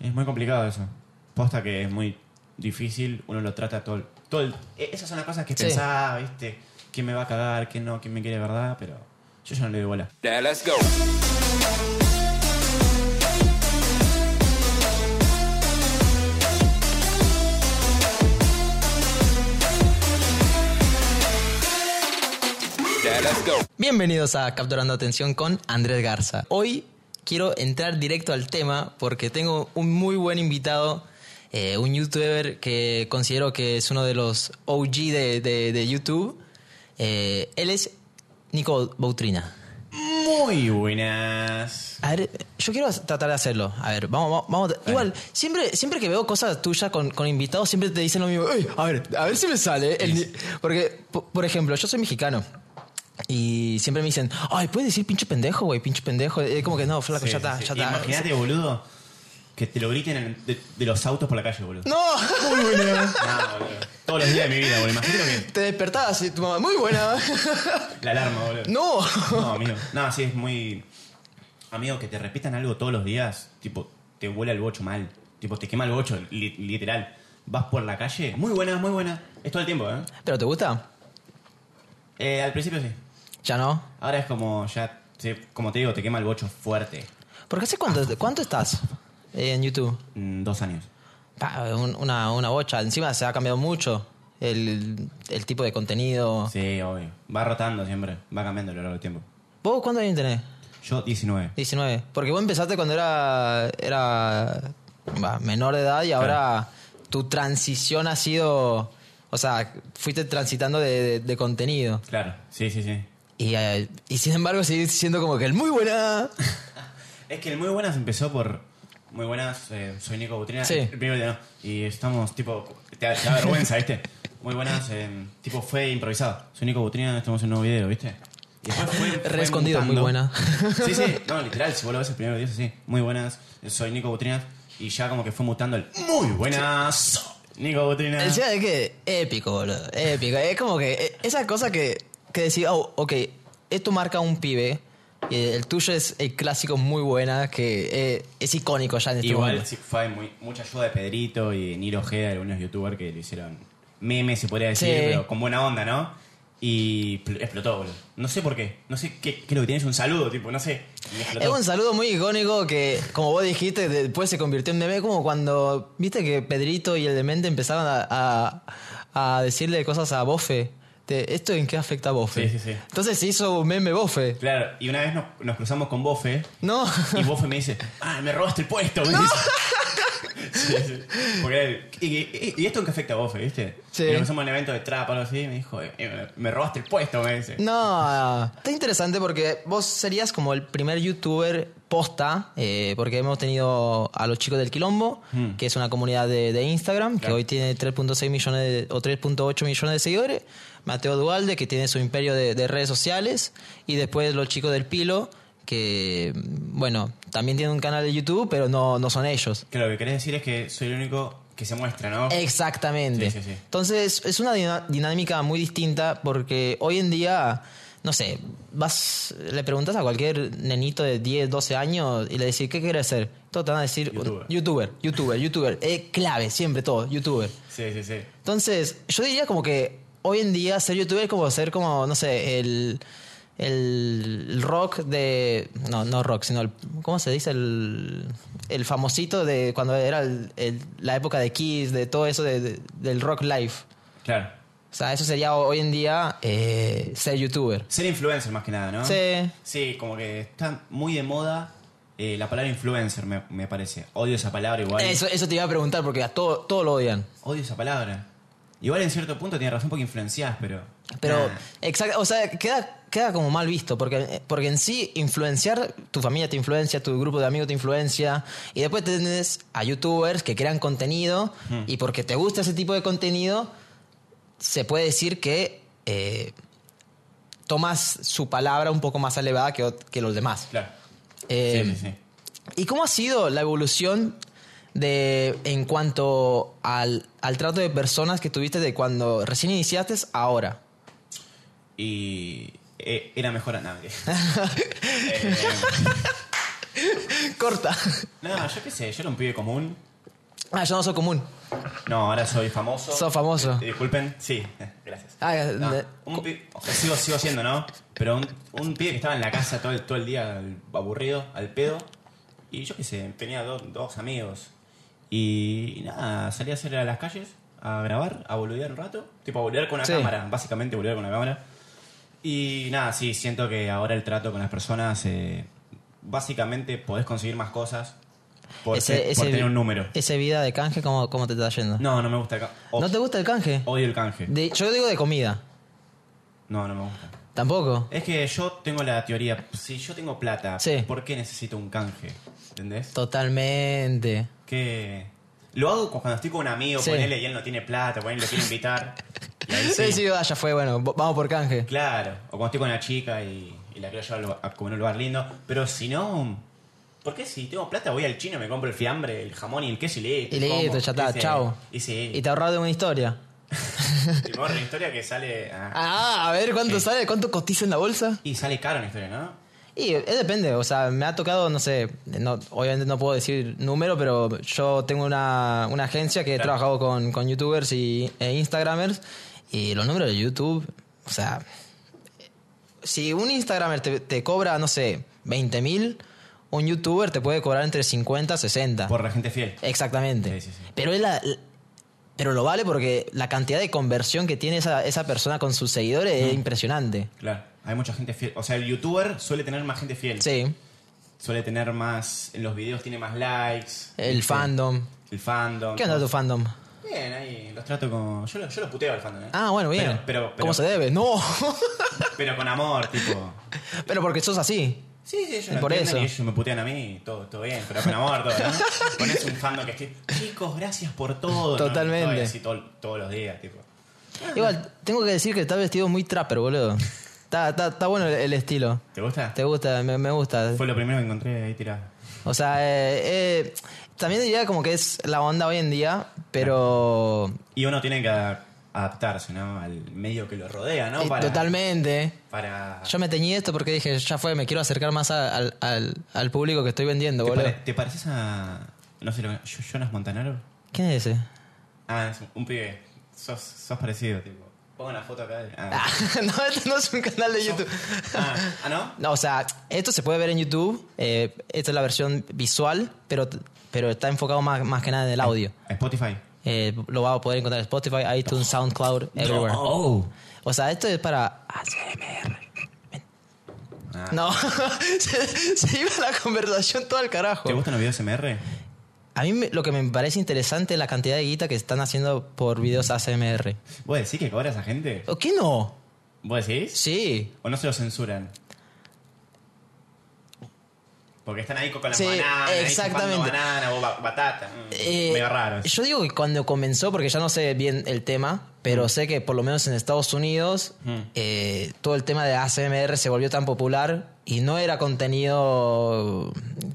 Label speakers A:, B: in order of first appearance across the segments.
A: Es muy complicado eso. Posta que es muy difícil, uno lo trata todo, el- todo el- e- Esas son las cosas que
B: Sí.
A: pensaba, ¿viste? ¿Quién me va a cagar? ¿Quién no? ¿Quién me quiere de verdad? Pero yo ya no le doy bola.
C: Now let's go. Now let's go.
B: Bienvenidos a Capturando Atención con Andrés Garza. Hoy quiero entrar directo al tema porque tengo un muy buen invitado, eh, un youtuber que considero que es uno de los OG de, de- de YouTube. Eh, él es Nico Bautrina.
A: Muy buenas.
B: A ver, yo quiero tratar de hacerlo. A ver, vamos, vamos. vamos. Igual, siempre, siempre que veo cosas tuyas con, con invitados, siempre te dicen lo mismo. "Ey, a ver, a ver si me sale. el ni-". Porque, po- por ejemplo, yo soy mexicano. Y siempre me dicen, ay, ¿puedes decir pinche pendejo, güey? Pinche pendejo. Es como que no, flaco,
A: Sí,
B: ya
A: sí,
B: está,
A: sí.
B: ya está.
A: Imagínate, boludo, que te lo griten en- de, de los autos por la calle, boludo.
B: No,
A: No, boludo. Todos los días de mi vida, boludo. Imagino que
B: te despertabas y tu mamá, muy buena.
A: la alarma, boludo.
B: no.
A: No, amigo. No, sí, es muy. Amigo, que te repitan algo todos los días, tipo, te vuela el bocho mal. Tipo, te quema el bocho, li- literal. Vas por la calle, muy buena, muy buena. Es todo el tiempo, ¿eh?
B: ¿Pero te gusta?
A: Eh, Al principio sí.
B: Ya no.
A: Ahora es como, ya, te- como te digo, te quema el bocho fuerte.
B: Porque hace
A: Ah.
B: cuánto, cuánto estás eh, en YouTube?
A: Mm, dos años.
B: Pa, un- una, una bocha. Encima se ha cambiado mucho el, el tipo de contenido.
A: Sí, obvio. Va rotando siempre, va cambiando a lo largo del tiempo.
B: ¿Vos cuántos años tenés?
A: Yo, 19.
B: 19. Porque vos empezaste cuando era, era va, menor de edad y ahora tu transición ha sido... O sea, fuiste transitando de, de- de contenido.
A: Claro, sí, sí, sí.
B: Y, eh, y sin embargo seguís siendo como que el muy buena...
A: Es que el Muy Buenas empezó por Muy Buenas, eh, soy Nico Butrina.
B: Sí.
A: El primero día no. Y estamos, tipo, te, da- te da vergüenza, ¿viste? Muy Buenas, eh, tipo, fue improvisado. Soy Nico Butrina, estamos en un nuevo video, ¿viste? Y después fue. fue
B: escondido,
A: mutando.
B: Muy Buena.
A: Sí, sí, no, literal, si vos lo ves el primero día, es así. Muy Buenas, soy Nico Butrina. Y ya como que fue mutando el Muy Buenas, Nico Butrina.
B: Encima de que épico, boludo. Épico. Es como que eh, esa cosa que, que decís, oh, ok, esto marca un pibe. y el tuyo es el clásico muy buena, que eh, es icónico ya en este
A: Igual
B: momento.
A: sí, fue muy- mucha ayuda de Pedrito y de Niro Ojeda, algunos youtubers que le hicieron memes, se podría decir,
B: Sí.
A: pero con buena onda, ¿no? Y pl- explotó, boludo. No sé por qué. No sé qué, qué es lo que tienes, un saludo, tipo, no sé. Y
B: Es
A: explotó.
B: un saludo muy icónico que, como vos dijiste, después se convirtió en meme, como cuando viste que Pedrito y el demente empezaron a, a- a decirle cosas a Bofe. de, ¿Esto en qué afecta a Bofe?
A: Sí, sí, sí.
B: Entonces se hizo un meme Bofe.
A: Claro, y una vez nos, nos cruzamos con Bofe
B: No.
A: y Bofe me dice, ah, me robaste el puesto. me dice. Sí, sí. Porque era el- y, y- y esto en qué afecta a Bofe, ¿viste?
B: Sí.
A: Y nos cruzamos en un evento de trap o algo así y me dijo, "Eh, me robaste el puesto, me dice.
B: No, está interesante porque vos serías como el primer youtuber posta, eh, porque hemos tenido a los chicos del Quilombo, que es una comunidad de, de Instagram, que
A: Claro.
B: hoy tiene 3.6 millones de- o 3.8 millones de seguidores, Mateo Dualde, que tiene su imperio de, de redes sociales, y después los chicos del Pilo, que, bueno, también tienen un canal de YouTube, pero no, no son ellos.
A: Que lo que querés decir es que soy el único que se muestra, ¿no?
B: Eh. Exactamente.
A: Sí, sí, sí.
B: Entonces, es una dina- dinámica muy distinta porque hoy en día, no sé, vas, le preguntas a cualquier nenito de 10, 12 años y le decís, ¿qué quieres ser? Todos te van a decir,
A: Youtuber.
B: youtuber, youtuber, youtuber. Es clave, siempre todo, youtuber.
A: Sí, sí, sí.
B: Entonces, yo diría como que hoy en día ser youtuber es como ser como, no sé, el, el rock de... No, no rock, sino el... ¿Cómo se dice? El, el famosito de cuando era el- el- la época de Kiss, de todo eso de- de- del rock live.
A: Claro.
B: O sea, eso sería hoy en día eh, ser youtuber.
A: Ser influencer más que nada, ¿no?
B: Sí.
A: Sí, como que está muy de moda eh, la palabra influencer, me, me parece. Odio esa palabra igual.
B: Eh, Eso, eso te iba a preguntar porque a todo, todo lo odian.
A: Odio esa palabra. Igual en cierto punto tiene razón porque influenciás, pero.
B: Pero,
A: Nah.
B: exacto, o sea, queda, queda como mal visto, porque, porque en sí influenciar, tu familia te influencia, tu grupo de amigos te influencia, y después tenés a youtubers que crean contenido,
A: Hmm.
B: y porque te gusta ese tipo de contenido, se puede decir que eh, tomas su palabra un poco más elevada que, ot- que los demás.
A: Claro.
B: Eh,
A: sí, sí, sí.
B: ¿Y cómo ha sido la evolución de en cuanto al, al trato de personas que tuviste de cuando recién iniciaste a ahora?
A: Y. eh, era mejor a nadie. Eh,
B: Corta.
A: No, yo qué sé, yo era un pibe común.
B: Ah, yo no soy común.
A: No, ahora soy famoso.
B: Sos famoso.
A: Eh, disculpen, sí, gracias.
B: Ah,
A: No,
B: de-
A: un pi- o sea, sigo, sigo siendo, ¿no? Pero un, un pibe que estaba en la casa todo el, todo el día al- aburrido, al pedo. Y yo qué sé, tenía dos- dos amigos. Y, nada, salí a hacer a las calles, a grabar, a boludear un rato. Tipo, a boludear con la
B: Sí.
A: cámara, básicamente boludear con la cámara. Y nada, sí, siento que ahora el trato con las personas, eh, básicamente podés conseguir más cosas por,
B: Ese-
A: ser-
B: ese
A: por
B: vi-
A: tener un número.
B: Ese vida de canje, ¿cómo, cómo te está yendo?
A: No, no me gusta el canje.
B: ¿No te gusta el canje?
A: Odio el canje.
B: De- yo digo de comida.
A: No, no me gusta.
B: Tampoco.
A: Es que yo tengo la teoría, si yo tengo plata,
B: Sí.
A: ¿por qué necesito un canje? ¿Entendés?
B: Totalmente.
A: Que lo hago cu- cuando estoy con un amigo,
B: Sí.
A: ponele y él no tiene plata, ponele lo quiero invitar. y ahí
B: Sí,
A: sí.
B: sí, ah, ya fue, bueno, v- vamos por canje.
A: Claro. O cuando estoy con una chica y, y la quiero llevar al lugar- a comer a un lugar lindo. Pero si no, ¿por qué si tengo plata voy al chino, me compro el fiambre, el jamón y el queso y listo?
B: Y listo,
A: como?
B: ya está,
A: sí.
B: chao.
A: Y sí.
B: Y te ahorras de una historia.
A: Y me ahorro la historia que sale. ah.
B: Ah, a ver cuánto sale, cuánto cotiza en la bolsa.
A: Y sale caro la historia, ¿no?
B: Y eh, depende, o sea, me ha tocado, no sé, no, obviamente no puedo decir número, pero yo tengo una, una agencia que he
A: Claro.
B: trabajado con, con youtubers y, e instagramers y los números de YouTube, o sea, si un instagramer te, te cobra, no sé, 20 mil, un youtuber te puede cobrar entre 50 y 60.
A: Por la gente fiel.
B: Exactamente.
A: Sí, sí, sí.
B: Pero es la- pero lo vale porque la cantidad de conversión que tiene esa, esa persona con sus seguidores es impresionante.
A: Claro, hay mucha gente fiel. O sea, el youtuber suele tener más gente fiel.
B: Sí,
A: Suele tener más. En los videos tiene más likes.
B: el
A: ¿viste?
B: fandom.
A: El fandom.
B: ¿Qué onda tu fandom?
A: Bien, ahí los trato con. Yo, lo- yo los puteo al fandom, ¿eh?
B: Ah, bueno, bien.
A: Pero, pero, pero,
B: ¿Cómo se debe? No.
A: pero con amor, tipo.
B: pero porque sos así.
A: Sí, sí, ellos
B: Por
A: por eso.
B: eso.
A: y ellos me putean a mí, todo, todo bien, pero con amor, todo, ¿no? Pones un fandom que esté. Chicos, gracias por todo. ¿no?
B: Totalmente.
A: Estoy así todo- todos los días, tipo.
B: Igual, tengo que decir que estás vestido muy trapper, boludo. Está, está, está bueno el, el estilo.
A: ¿Te gusta?
B: Te gusta, me, me gusta.
A: Fue lo primero que encontré ahí tirado.
B: O sea, eh, eh, también diría como que es la onda hoy en día, pero...
A: Y uno tiene que a- adaptarse, ¿no? Al medio que lo rodea, ¿no?
B: eh,
A: Para-
B: Totalmente.
A: Para.
B: Yo me teñí esto porque dije, ya fue, me quiero acercar más a- al, al- al público que estoy vendiendo,
A: ¿Te,
B: boludo.
A: pare- te pareces a. No sé lo que. Jo- ¿Jonas Montanaro?
B: ¿Quién es ese?
A: Ah, es un, un pibe. Sos, sos parecido, tipo. Pongo una foto acá. de- Ah,
B: Ah, no, esto no es un canal de YouTube.
A: ah, ah, ¿no?
B: No, o sea, esto se puede ver en YouTube. eh, esta es la versión visual, pero, pero está enfocado más, más que nada en el audio.
A: Spotify.
B: Eh, lo vas a poder encontrar en Spotify, iTunes, SoundCloud, everywhere.
A: No.
B: O sea, esto es para ASMR.
A: Ah.
B: No, se, se iba la conversación todo al carajo.
A: ¿Te gustan los videos MR?
B: A mí me- lo que me parece interesante es la cantidad de guita que están haciendo por videos ASMR.
A: ¿Vos decís que cobra esa gente?
B: ¿O qué no?
A: ¿Vos decís?
B: Sí.
A: ¿O no se lo censuran? Porque están ahí con las
B: Sí,
A: bananas, ahí
B: exactamente.
A: chupando banana o ba- batata. Mm,
B: Eh,
A: medio raro.
B: Yo digo que cuando comenzó, porque ya no sé bien el tema, pero sé que por lo menos en Estados Unidos eh, todo el tema de ASMR se volvió tan popular y no era contenido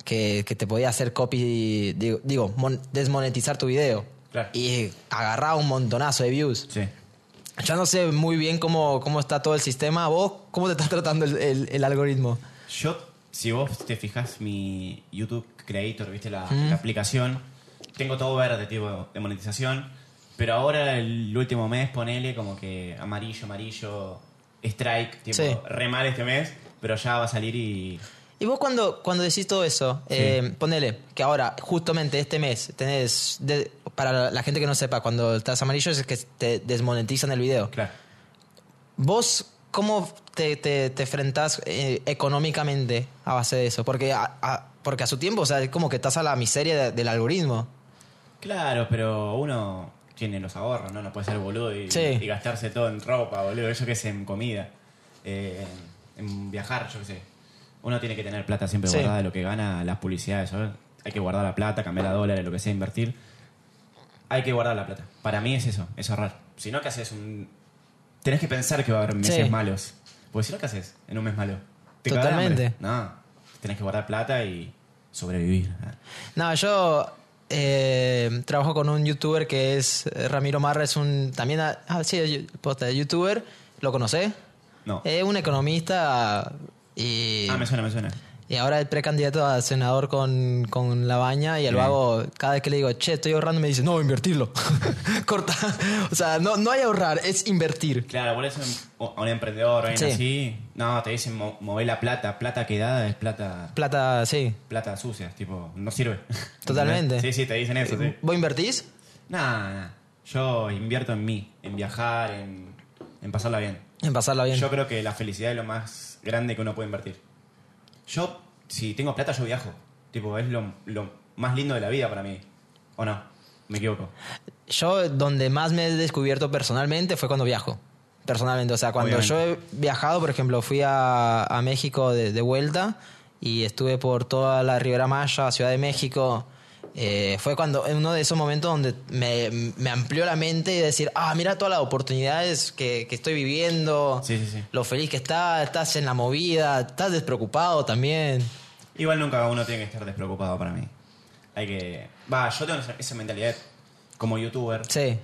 B: que, que te podía hacer copy, digo, digo, mon- desmonetizar tu video.
A: Claro.
B: Y agarraba un montonazo de views.
A: Sí.
B: Ya no sé muy bien cómo, cómo está todo el sistema. ¿Vos cómo te está tratando el, el- el algoritmo?
A: Yo, si vos te fijas mi YouTube Creator, viste la, la aplicación, tengo todo verde, tipo, de monetización, pero ahora el último mes ponele como que amarillo, amarillo, strike, tipo,
B: Sí.
A: re mal este mes, pero ya va a salir y...
B: Y vos cuando, cuando decís todo eso, eh, ponele que ahora, justamente este mes, tenés, de- para la gente que no sepa, cuando estás amarillo es que te desmonetizan el video.
A: Claro.
B: ¿Vos cómo te, te, te enfrentás eh, económicamente a base de eso? Porque a, a- porque a su tiempo, o sea, es como que estás a la miseria de- del algoritmo.
A: Claro, pero uno tiene los ahorros, ¿no? No puede ser boludo y,
B: Sí.
A: y gastarse todo en ropa, boludo, yo qué sé, en comida, eh, en, en viajar, yo qué sé. Uno tiene que tener plata siempre
B: Sí.
A: guardada de lo que gana, las publicidades, ¿sabes? Hay que guardar la plata, cambiar a dólares, lo que sea, invertir. Hay que guardar la plata. Para mí es eso, es ahorrar. Si no, ¿qué haces? Un... Tenés que pensar que va a haber meses
B: Sí.
A: malos. Porque si no, ¿qué haces en un mes malo? ¿Te cagás de
B: Totalmente.
A: hambre? No, tenés que guardar plata y sobrevivir. Ah,
B: No, yo eh, trabajo con un youtuber que es eh, Ramiro Marra, es un también ah, ah, sí, yu- posta, youtuber, ¿lo conocés?
A: No.
B: Es un economista y
A: Ah, me suena, me suena.
B: Y ahora el precandidato a senador con, con la baña y el
A: Bien.
B: vago, cada vez que le digo, che, estoy ahorrando, me dice, no, invertirlo. Corta. O sea, no, no hay ahorrar, es invertir.
A: Claro, por eso un, un emprendedor o alguien
B: Sí.
A: así. No, te dicen mo- mover la plata. Plata que da es plata,
B: Plata, sí.
A: plata sucia. Tipo, no sirve.
B: Totalmente. Eh,
A: Sí, sí, te dicen eso. Sí.
B: ¿Vos invertís?
A: Nada, nada. Yo invierto en mí, en viajar, en, en pasarla bien.
B: En pasarla bien.
A: Yo creo que la felicidad es lo más grande que uno puede invertir. Yo, si tengo plata, yo viajo. Tipo, es lo, lo más lindo de la vida para mí. ¿O no? Me equivoco.
B: Yo donde más me he descubierto personalmente fue cuando viajo. Personalmente, o sea, cuando
A: Obviamente.
B: yo he viajado, por ejemplo, fui a, a México de, de vuelta y estuve por toda la Ribera Maya, Ciudad de México. Eh, fue cuando en uno de esos momentos donde me, me amplió la mente y decir, ah, mira todas las oportunidades que, que estoy viviendo,
A: Sí, sí, sí.
B: lo feliz que estás, estás en la movida, estás despreocupado también.
A: Igual nunca uno tiene que estar despreocupado para mí. Hay que... Va, yo tengo esa- esa mentalidad como youtuber.
B: Sí,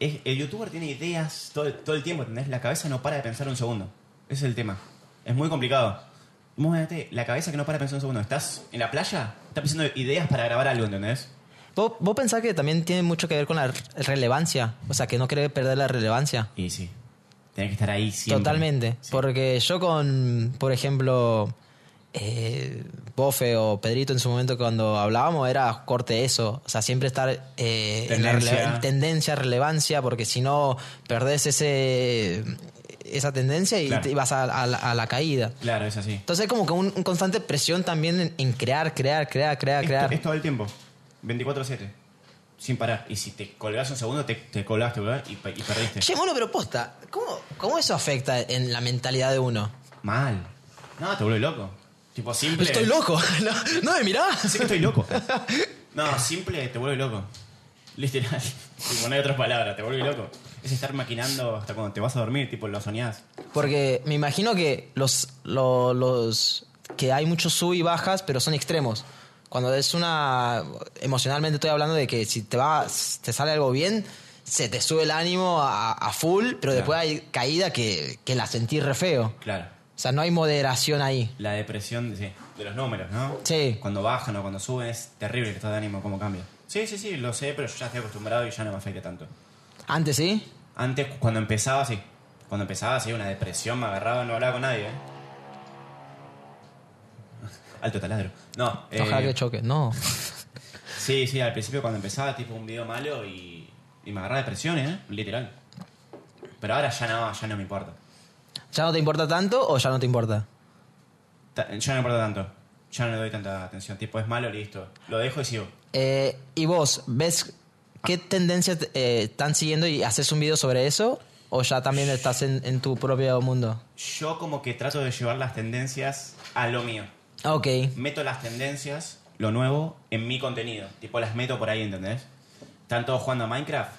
A: Es- el youtuber tiene ideas todo, el- todo el tiempo, ¿entendés? La cabeza no para de pensar un segundo. Ese es el tema. Es muy complicado. Muévete, la cabeza que no para de pensar un segundo. Estás en la playa, estás pensando ideas para grabar algo, ¿entendés?
B: ¿Vos, vos pensás que también tiene mucho que ver con la re- relevancia? O sea, que no querés perder la relevancia.
A: Y sí. Tenés que estar ahí siempre.
B: Totalmente.
A: Sí.
B: Porque yo con, por ejemplo, eh, Bofe o Pedrito en su momento cuando hablábamos era corte eso. O sea, siempre estar eh, en la
A: Tendencia.
B: rele- en tendencia, relevancia, porque si no perdés ese, esa tendencia y
A: Claro.
B: te vas a, a la- a la caída.
A: Claro, es así.
B: Entonces como que un, un constante presión también en, en crear, crear, crear, crear,
A: Esto,
B: crear.
A: es todo el tiempo. 24-7. Sin parar. Y si te colgás un segundo, te, te colgás, te colgás y, pe- y perdiste.
B: Che, bueno, pero posta, ¿cómo, ¿cómo eso afecta en la mentalidad de uno?
A: Mal. No, te vuelves loco. Tipo, simple.
B: Estoy loco, no, no me mirás.
A: Sí que estoy loco. No, simple, te vuelve loco. Literal. Tipo, no hay otras palabras, te vuelve loco. Es estar maquinando hasta cuando te vas a dormir, tipo, lo soñás.
B: Porque me imagino que los, lo- los que hay muchos sub y bajas, pero son extremos. Cuando es una emocionalmente estoy hablando de que si te va, te sale algo bien, se te sube el ánimo a, a full, pero después hay caída que, que la sentís re feo.
A: Claro.
B: O sea, no hay moderación ahí.
A: La depresión sí, de los números, ¿no?
B: Sí.
A: Cuando bajan o cuando suben es terrible el estado de ánimo, cómo cambia. Sí, sí, sí, lo sé, pero yo ya estoy acostumbrado y ya no me afecta tanto.
B: Antes sí,
A: Antes, cuando empezaba, sí. Cuando empezaba, sí, una depresión, me agarraba, no hablaba con nadie, ¿eh? Alto taladro. No, eh,
B: ojalá que choque. No.
A: Sí, sí, al principio cuando empezaba, tipo un video malo y, y me agarraba depresiones, ¿eh? Literal. Pero ahora ya no, ya no me importa.
B: ¿Ya no te importa tanto o ya no te importa?
A: Ta- Ya no me importa tanto. Ya no le doy tanta atención. Tipo, es malo, listo. Lo dejo y sigo.
B: Eh, y vos, ¿ves qué tendencias eh, están siguiendo y haces un video sobre eso? ¿O ya también estás en, en tu propio mundo?
A: Yo como que trato de llevar las tendencias a lo mío.
B: Ok.
A: Meto las tendencias, lo nuevo, en mi contenido. Tipo, las meto por ahí, ¿entendés? Están todos jugando a Minecraft.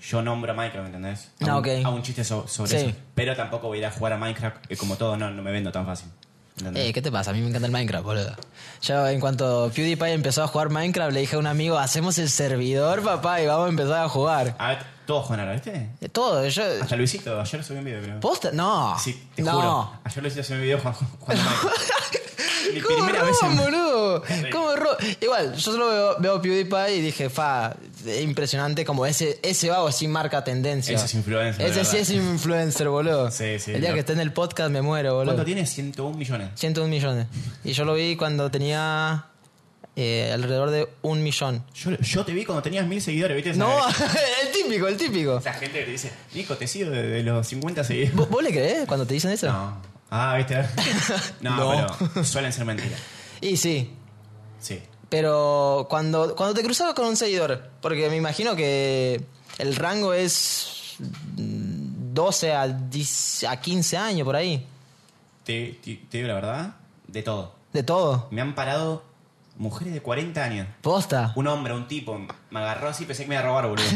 A: Yo nombro a Minecraft, ¿entendés?
B: Ah,
A: Hago un-
B: ok.
A: hago un chiste so- sobre
B: Sí.
A: eso. Pero tampoco voy a ir a jugar a Minecraft. eh, como todo, no, no me vendo tan fácil. ¿entendés?
B: Eh, ¿Qué te pasa? A mí me encanta el Minecraft, boludo. Yo, en cuanto PewDiePie empezó a jugar Minecraft, le dije a un amigo, hacemos el servidor, papá, y vamos a empezar a jugar.
A: A ver, todos juegan ahora, ¿viste?
B: Eh, Todo, yo...
A: Hasta Luisito, ayer subí un video, creo.
B: ¿Posta? No.
A: Sí, te
B: no.
A: juro. Ayer Luisito subió un video jugando, jugando Minecraft. Mi
B: ¿Cómo
A: primera vez
B: roban,
A: en...
B: boludo?
A: Terrible.
B: ¿Cómo roban? Igual, yo solo veo, veo PewDiePie y dije, fa, es impresionante como ese, ese vago sí marca tendencia.
A: Ese es influencer, de
B: Ese sí
A: verdad.
B: es influencer, boludo.
A: Sí, sí,
B: El día
A: no.
B: que esté en el podcast me muero, boludo.
A: ¿Cuánto tiene? 101 millones.
B: 101 millones. Y yo lo vi cuando tenía eh, alrededor de un millón.
A: Yo, yo te vi cuando tenías mil seguidores, ¿viste? Esa-
B: No, el típico, el típico.
A: Esa gente que te dice, Nico, te sigo desde los 50 seguidores.
B: ¿Vos, vos le creés cuando te dicen eso?
A: No. Ah, ¿viste? No,
B: No.
A: pero suelen ser mentiras.
B: Y sí,
A: Sí.
B: Pero cuando, cuando te cruzabas con un seguidor, porque me imagino que el rango es mm, 12 a, 10 a 15 años por ahí,
A: Te, te- te digo la verdad, de todo.
B: de todo.
A: Me han parado mujeres de 40 años.
B: Posta.
A: Un hombre, un tipo, me agarró así pensé que me iba a robar, boludo.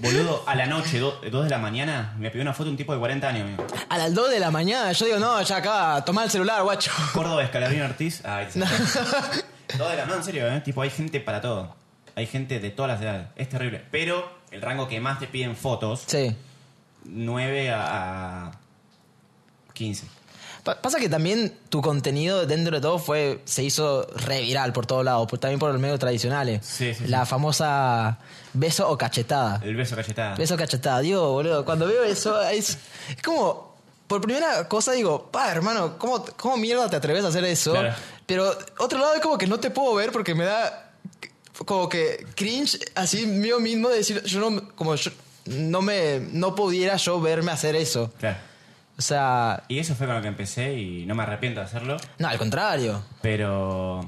A: boludo, a la noche, 2 de la mañana, me pidió una foto un tipo de 40 años, amigo.
B: A las 2 de la mañana, yo digo, no, ya acá, tomá el celular, guacho.
A: Córdoba, Escalabrín Ortiz. Ah, ahí te sacaste. Todo de la mano, en serio, ¿eh? Tipo, hay gente para todo. Hay gente de todas las edades. Es terrible. Pero el rango que más te piden fotos,
B: Sí.
A: 9 a, a 15.
B: Pa- pasa que también tu contenido dentro de todo fue se hizo reviral por todos lados, por- también por los medios tradicionales.
A: Sí, sí, sí.
B: La famosa beso o cachetada.
A: El beso cachetada.
B: Beso cachetada. Digo, boludo, cuando veo eso es, es como... Por primera cosa digo, pa, hermano, ¿cómo, ¿cómo mierda te atreves a hacer eso?
A: Claro.
B: Pero otro lado es como que no te puedo ver porque me da como que cringe así mío mismo de decir, yo no, como yo, no me, no pudiera yo verme hacer eso.
A: Claro.
B: O sea,
A: Y eso fue con lo que empecé y no me arrepiento de hacerlo.
B: no, al contrario.
A: Pero.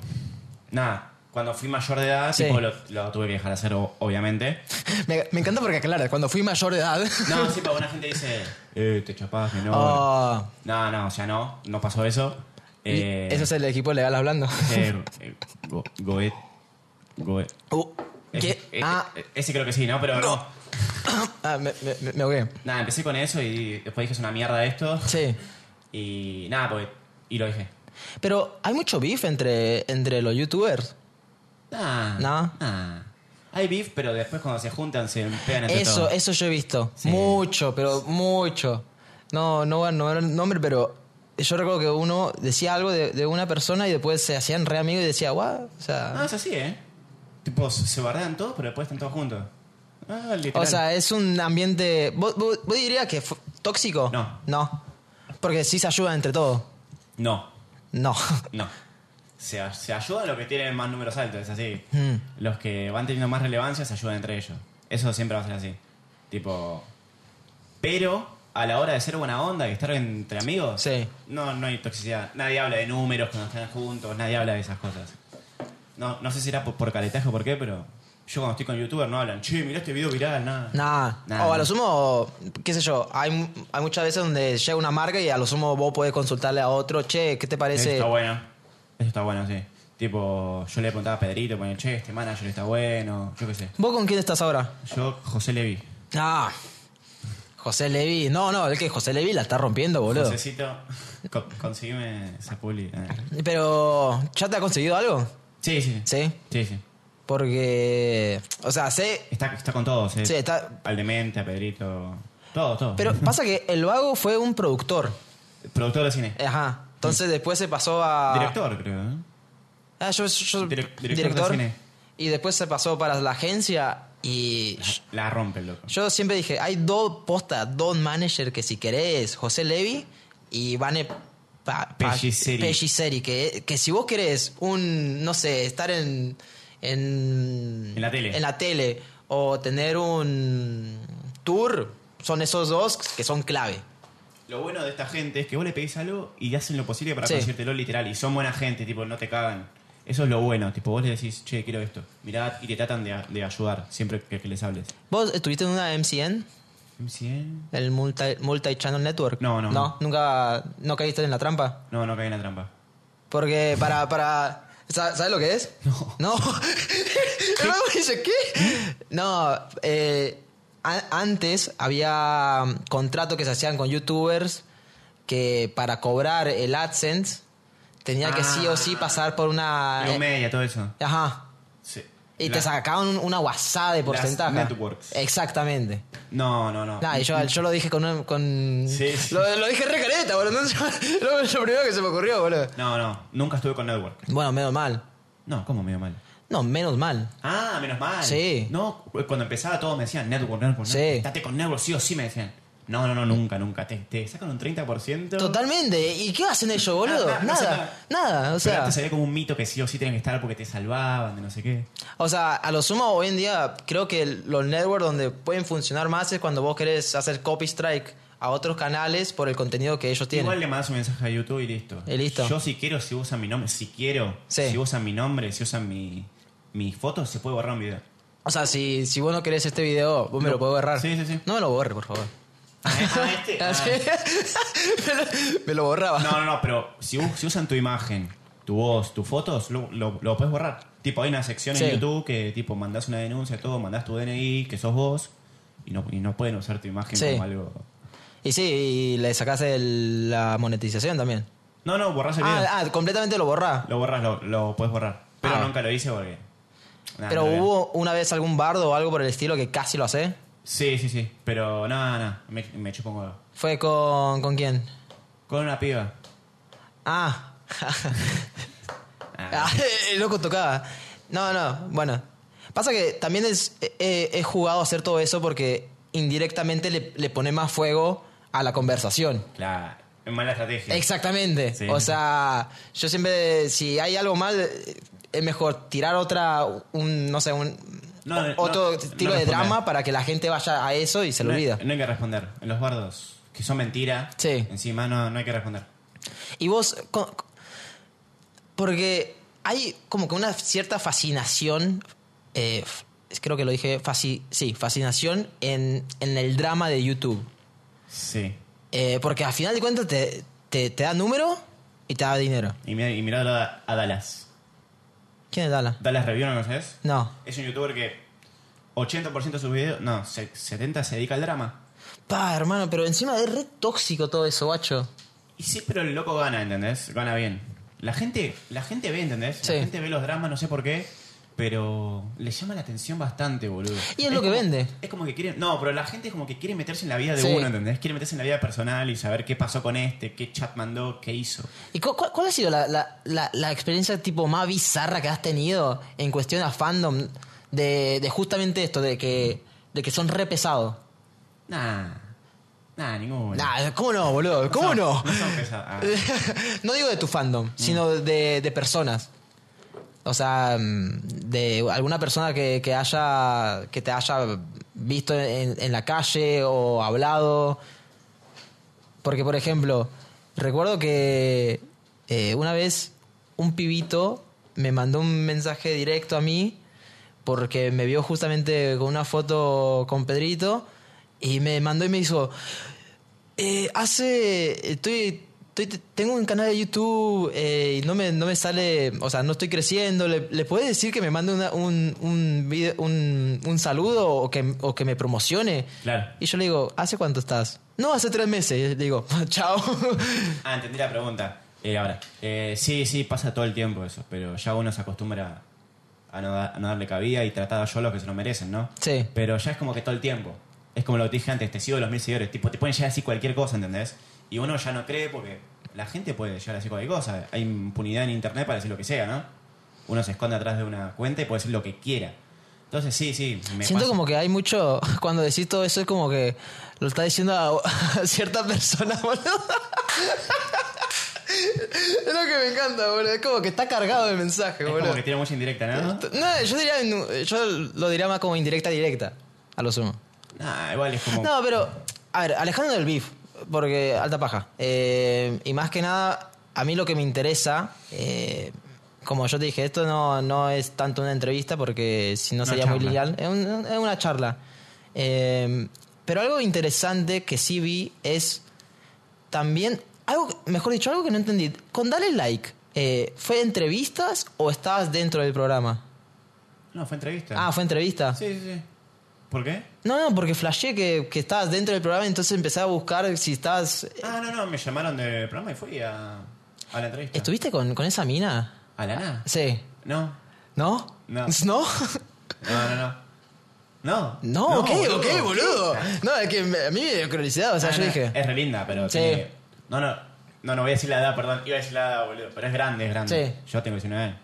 A: Nada, cuando fui mayor de edad,
B: Sí.
A: tipo, lo, lo tuve que dejar de hacer, o- obviamente.
B: Me, me encanta porque aclara, cuando fui mayor de edad...
A: No, sí, pero una gente dice, eh, te chapás, que no.
B: Oh,
A: No, no, o sea, no, no pasó eso. Eh,
B: eso es el equipo legal hablando.
A: eh, eh, Go- Goet. Goet.
B: Uh, ¿qué?
A: Ese, eh,
B: Ah,
A: eh, ese creo que sí, ¿no? Pero no.
B: ah, me, me- me- me ahogué.
A: Nada, empecé con eso y después dije, es una mierda esto.
B: Sí.
A: Y nada, pues. Y lo dije.
B: Pero hay mucho beef entre, entre los youtubers.
A: Nah,
B: No.
A: nah. Hay beef, pero después cuando se juntan se pegan entre
B: Eso,
A: todos.
B: eso yo he visto.
A: Sí.
B: Mucho, pero mucho. No, no voy a nombrar el nombre, pero yo recuerdo que uno decía algo de, de una persona y después se hacían re amigos y decía, guau,
A: Ah,
B: o sea...
A: es así, ¿eh? Tipo, se se bardean todos, pero después están todos juntos. Ah, literal.
B: O sea, es un ambiente... ¿Vos, vos- vos dirías que fue tóxico?
A: No.
B: No. Porque sí se ayuda entre todos.
A: No,
B: No.
A: no. Se, a- se ayudan los que tienen más números altos, es así.
B: Hmm.
A: Los que van teniendo más relevancia se ayudan entre ellos. Eso siempre va a ser así. Tipo. Pero a la hora de ser buena onda y estar entre amigos,
B: Sí.
A: no, no hay toxicidad. Nadie habla de números cuando están juntos, nadie habla de esas cosas. No, no sé si era por, por caletaje o por qué, pero yo cuando estoy con youtuber no hablan, che, mirá este video viral, nada.
B: Nada.
A: Nah.
B: O a lo sumo, qué sé yo, hay, mu- hay muchas veces donde llega una marca y a lo sumo vos podés consultarle a otro, che, ¿qué te
A: Eso
B: parece?
A: está bueno. Eso está bueno, sí. Tipo, yo le preguntaba a Pedrito, ponía, che, este manager está bueno, yo qué sé.
B: ¿Vos con quién estás ahora?
A: Yo, José Levi.
B: Ah, José Levi. No, no, el que José Levi la está rompiendo, boludo.
A: Josécito, co- conseguime esa puli. Eh.
B: Pero, ¿ya te ha conseguido algo?
A: Sí, sí.
B: Sí.
A: Sí, sí.
B: Porque, o sea, sé...
A: Está, está con todos, eh.
B: Sí, está-
A: Al demente, a Pedrito. Todo, todo.
B: Pero pasa que el vago fue un productor.
A: Productor de cine.
B: Ajá. Entonces después se pasó a...
A: Director, creo. ¿eh?
B: Ah, yo, yo-
A: Direc- director de
B: director.
A: cine.
B: Y después se pasó para la agencia y...
A: La rompe, el loco.
B: Yo siempre dije, hay dos postas, dos managers que si querés, José Levi y Vane Pa- Pa-
A: Pelliceri.
B: Pelliceri, que, que si vos querés un, no sé, estar en, en...
A: En la tele.
B: En la tele o tener un tour, son esos dos que son clave.
A: Lo bueno de esta gente es que vos le pedís algo y hacen lo posible para
B: Sí.
A: conseguírtelo literal. Y son buena gente, tipo, no te cagan. Eso es lo bueno. Tipo, vos le decís, che, quiero esto. Mirá, y te tratan de, a- de ayudar siempre que, que les hables.
B: ¿Vos estuviste en una MCN?
A: ¿MCN?
B: El multi, Multi-Channel Network.
A: No, no,
B: ¿No?
A: no.
B: ¿Nunca no caíste en la trampa?
A: No, no caí en la trampa.
B: Porque para, para. ¿sa- ¿Sabes lo que es?
A: No. ¿Mm?
B: No. El vago dice, ¿qué? No, eh, a- antes había mm, contratos que se hacían con youtubers que para cobrar el AdSense tenía que sí o
A: Ah.
B: sí pasar por una.
A: Pero
B: eh,
A: media, todo eso.
B: ajá.
A: Sí.
B: Y
A: La-
B: te sacaban un- una guasada de
A: las
B: porcentaje.
A: networks.
B: Exactamente.
A: No, no, no.
B: Nah, y yo, yo lo dije con. un- con
A: Sí, sí.
B: Lo, lo dije re careta, boludo. Entonces, lo, lo primero que se me ocurrió, boludo.
A: No, no. Nunca estuve con Network.
B: Bueno, menos mal.
A: No, ¿cómo medio mal?
B: No, menos mal.
A: Ah, menos mal.
B: Sí.
A: No, cuando empezaba todos me decían Network, Network,
B: Sí.
A: Network. Estate con Network, sí o sí me decían. No, no, no, nunca, nunca. Te, te sacan un 30%.
B: Totalmente. ¿Y qué hacen ellos, boludo?
A: Ah, Nada,
B: Nada,
A: nada,
B: nada. O
A: Pero
B: sea,
A: antes había como un mito que sí o sí tenían que estar porque te salvaban de no sé qué.
B: o sea, a lo sumo hoy en día creo que el- los networks donde pueden funcionar más es cuando vos querés hacer copy strike a otros canales por el contenido que ellos tienen.
A: Igual le mandas un mensaje a YouTube y listo.
B: Y listo.
A: Yo si quiero, si usan mi nombre, si quiero,
B: Sí.
A: si usan mi nombre, si usan mi, mis fotos, se puede borrar un video.
B: O sea, si, si vos no querés este video, vos me
A: No.
B: lo podés borrar.
A: Sí, sí, sí.
B: No me lo borre, por favor.
A: Ah, ¿eh? Ah, este. Ah.
B: Así- me, lo, me lo borraba.
A: No, no, no, pero si, us- si usan tu imagen, tu voz, tus fotos, lo, lo, lo puedes borrar. Tipo, hay una sección
B: Sí.
A: en YouTube que tipo mandás una denuncia, todo, mandás tu DNI, que sos vos, y no, y no pueden usar tu imagen
B: Sí.
A: como algo.
B: Y sí, y le sacás el- la monetización también.
A: No, no, borrás el video.
B: Ah, ah, completamente lo borrás.
A: Lo borras, lo, lo puedes borrar. Pero
B: Ah.
A: nunca lo hice porque. nada,
B: Pero
A: no era.
B: hubo una vez algún bardo o algo por el estilo que casi lo hace.
A: Sí, sí, sí. Pero nada, nada. Me, me chupó un huevo.
B: Fue con. ¿Con quién?
A: Con una piba.
B: Ah.
A: Ah,
B: Ah, el loco tocaba. No, no, bueno. Pasa que también es, eh, he, he jugado a hacer todo eso porque indirectamente le, le pone más fuego a la conversación.
A: claro. Es mala estrategia.
B: Exactamente.
A: Sí.
B: O sea, yo siempre, si hay algo mal, eh, es mejor tirar otra, un, no sé, un,
A: No,
B: o-
A: no,
B: otro
A: no
B: tiro de
A: responder.
B: drama para que la gente vaya a eso y se lo
A: no, hay-
B: olvida.
A: no hay que responder. En los bardos, que son mentira,
B: Sí.
A: encima no, no hay que responder.
B: Y vos, co- co- porque hay como que una cierta fascinación, eh, f- creo que lo dije, faci- sí, fascinación en, en el drama de YouTube.
A: Sí.
B: Eh, porque al final de cuentas te, te, te da número y te da dinero.
A: Y, mira- y mirá a, a Dallas.
B: ¿Quién es Dala?
A: Dallas Review, ¿no conoces?
B: No.
A: Es un youtuber que 80% de sus videos, no, se- 70% se dedica al drama.
B: Pa, hermano, pero encima es re tóxico todo eso, guacho.
A: Y sí, pero el loco gana, ¿entendés? Gana bien. La gente, la gente ve, ¿entendés?
B: Sí.
A: La gente ve los dramas, no sé por qué, pero le llama la atención bastante, boludo.
B: Y es lo que
A: como-
B: vende.
A: Es como que quiere... No, pero la gente es como que quiere meterse en la vida de
B: Sí.
A: uno, ¿entendés? Quiere meterse en la vida personal y saber qué pasó con este, qué chat mandó, qué hizo.
B: ¿Y cu- cu- cuál ha sido la, la- la- la experiencia tipo más bizarra que has tenido en cuestión a fandom de, de justamente esto, de que, de que son re pesados?
A: Nah. Nah, ninguno.
B: Nah, ¿cómo no, boludo? ¿Cómo no?
A: No son pesados. Ah.
B: no digo de tu fandom, sino de, de personas. O sea, mm, de alguna persona que, que haya que te haya visto en, en la calle o hablado. Porque, por ejemplo, recuerdo que eh, una vez un pibito me mandó un mensaje directo a mí porque me vio justamente con una foto con Pedrito y me mandó y me hizo, eh, hace. Estoy. estoy- tengo un canal de YouTube eh, y no me, no me sale. O sea, no estoy creciendo. ¿Le, le puedes decir que me mande una- un, un, video- un, un saludo o que, o que me promocione?
A: Claro.
B: Y yo le digo, ¿hace cuánto estás? No, hace tres meses. Y le digo, chao.
A: Ah, entendí la pregunta. Eh, ahora, eh, sí, sí, pasa todo el tiempo eso, pero ya uno se acostumbra a no, da- a no darle cabida y tratar a yo los que se lo merecen, ¿no?
B: Sí.
A: Pero ya es como que todo el tiempo. Es como lo que dije antes, te sigo los mil seguidores. Tipo, te pueden llegar así cualquier cosa, ¿entendés? Y uno ya no cree porque la gente puede llegar así cualquier cosa. Hay impunidad en internet para decir lo que sea, ¿no? Uno se esconde atrás de una cuenta y puede decir lo que quiera. Entonces, sí, sí, me
B: Siento
A: pasa.
B: como que hay mucho. Cuando decís todo eso, es como que lo está diciendo a, a cierta persona, boludo. Es lo que me encanta, boludo. Es como que está cargado de mensaje,
A: Es
B: boludo.
A: como que tiene mucha indirecta, ¿no?
B: No, yo diría, en- yo lo diría más como indirecta directa, a lo sumo.
A: Nah, igual es como...
B: No, pero, a ver, Alejandro del Bif, porque alta paja. Eh, y más que nada, a mí lo que me interesa, eh, como yo te dije, esto no, no es tanto una entrevista porque si no
A: Una
B: sería muy
A: charla.
B: lineal. Es, un- es una charla. Eh, pero algo interesante que sí vi es también, algo, mejor dicho, algo que no entendí. Con Dale Like, eh, ¿fue entrevistas o estabas dentro del programa?
A: No, fue entrevista.
B: Ah, fue Eh. entrevista.
A: Sí, sí, sí. ¿Por qué?
B: No, no, porque flashé que, que estabas dentro del programa, entonces empecé a buscar si estabas.
A: Ah, no, no, me llamaron del programa y fui a, a la entrevista.
B: ¿Estuviste con, con esa mina?
A: ¿A la nada?
B: Sí.
A: No,
B: ¿No?
A: No.
B: ¿No?
A: no, no, no. No. Ah,
B: No, ok, ok,
A: ¿qué?
B: boludo. No, es que me- a mí me dio curiosidad, o sea,
A: Ah,
B: yo
A: no,
B: dije.
A: Es re linda, pero.
B: Sí.
A: tiene- No, no, no, no voy a decir la edad, perdón. Iba a decir la edad, boludo. Pero es grande, es grande. Yo tengo 19 años.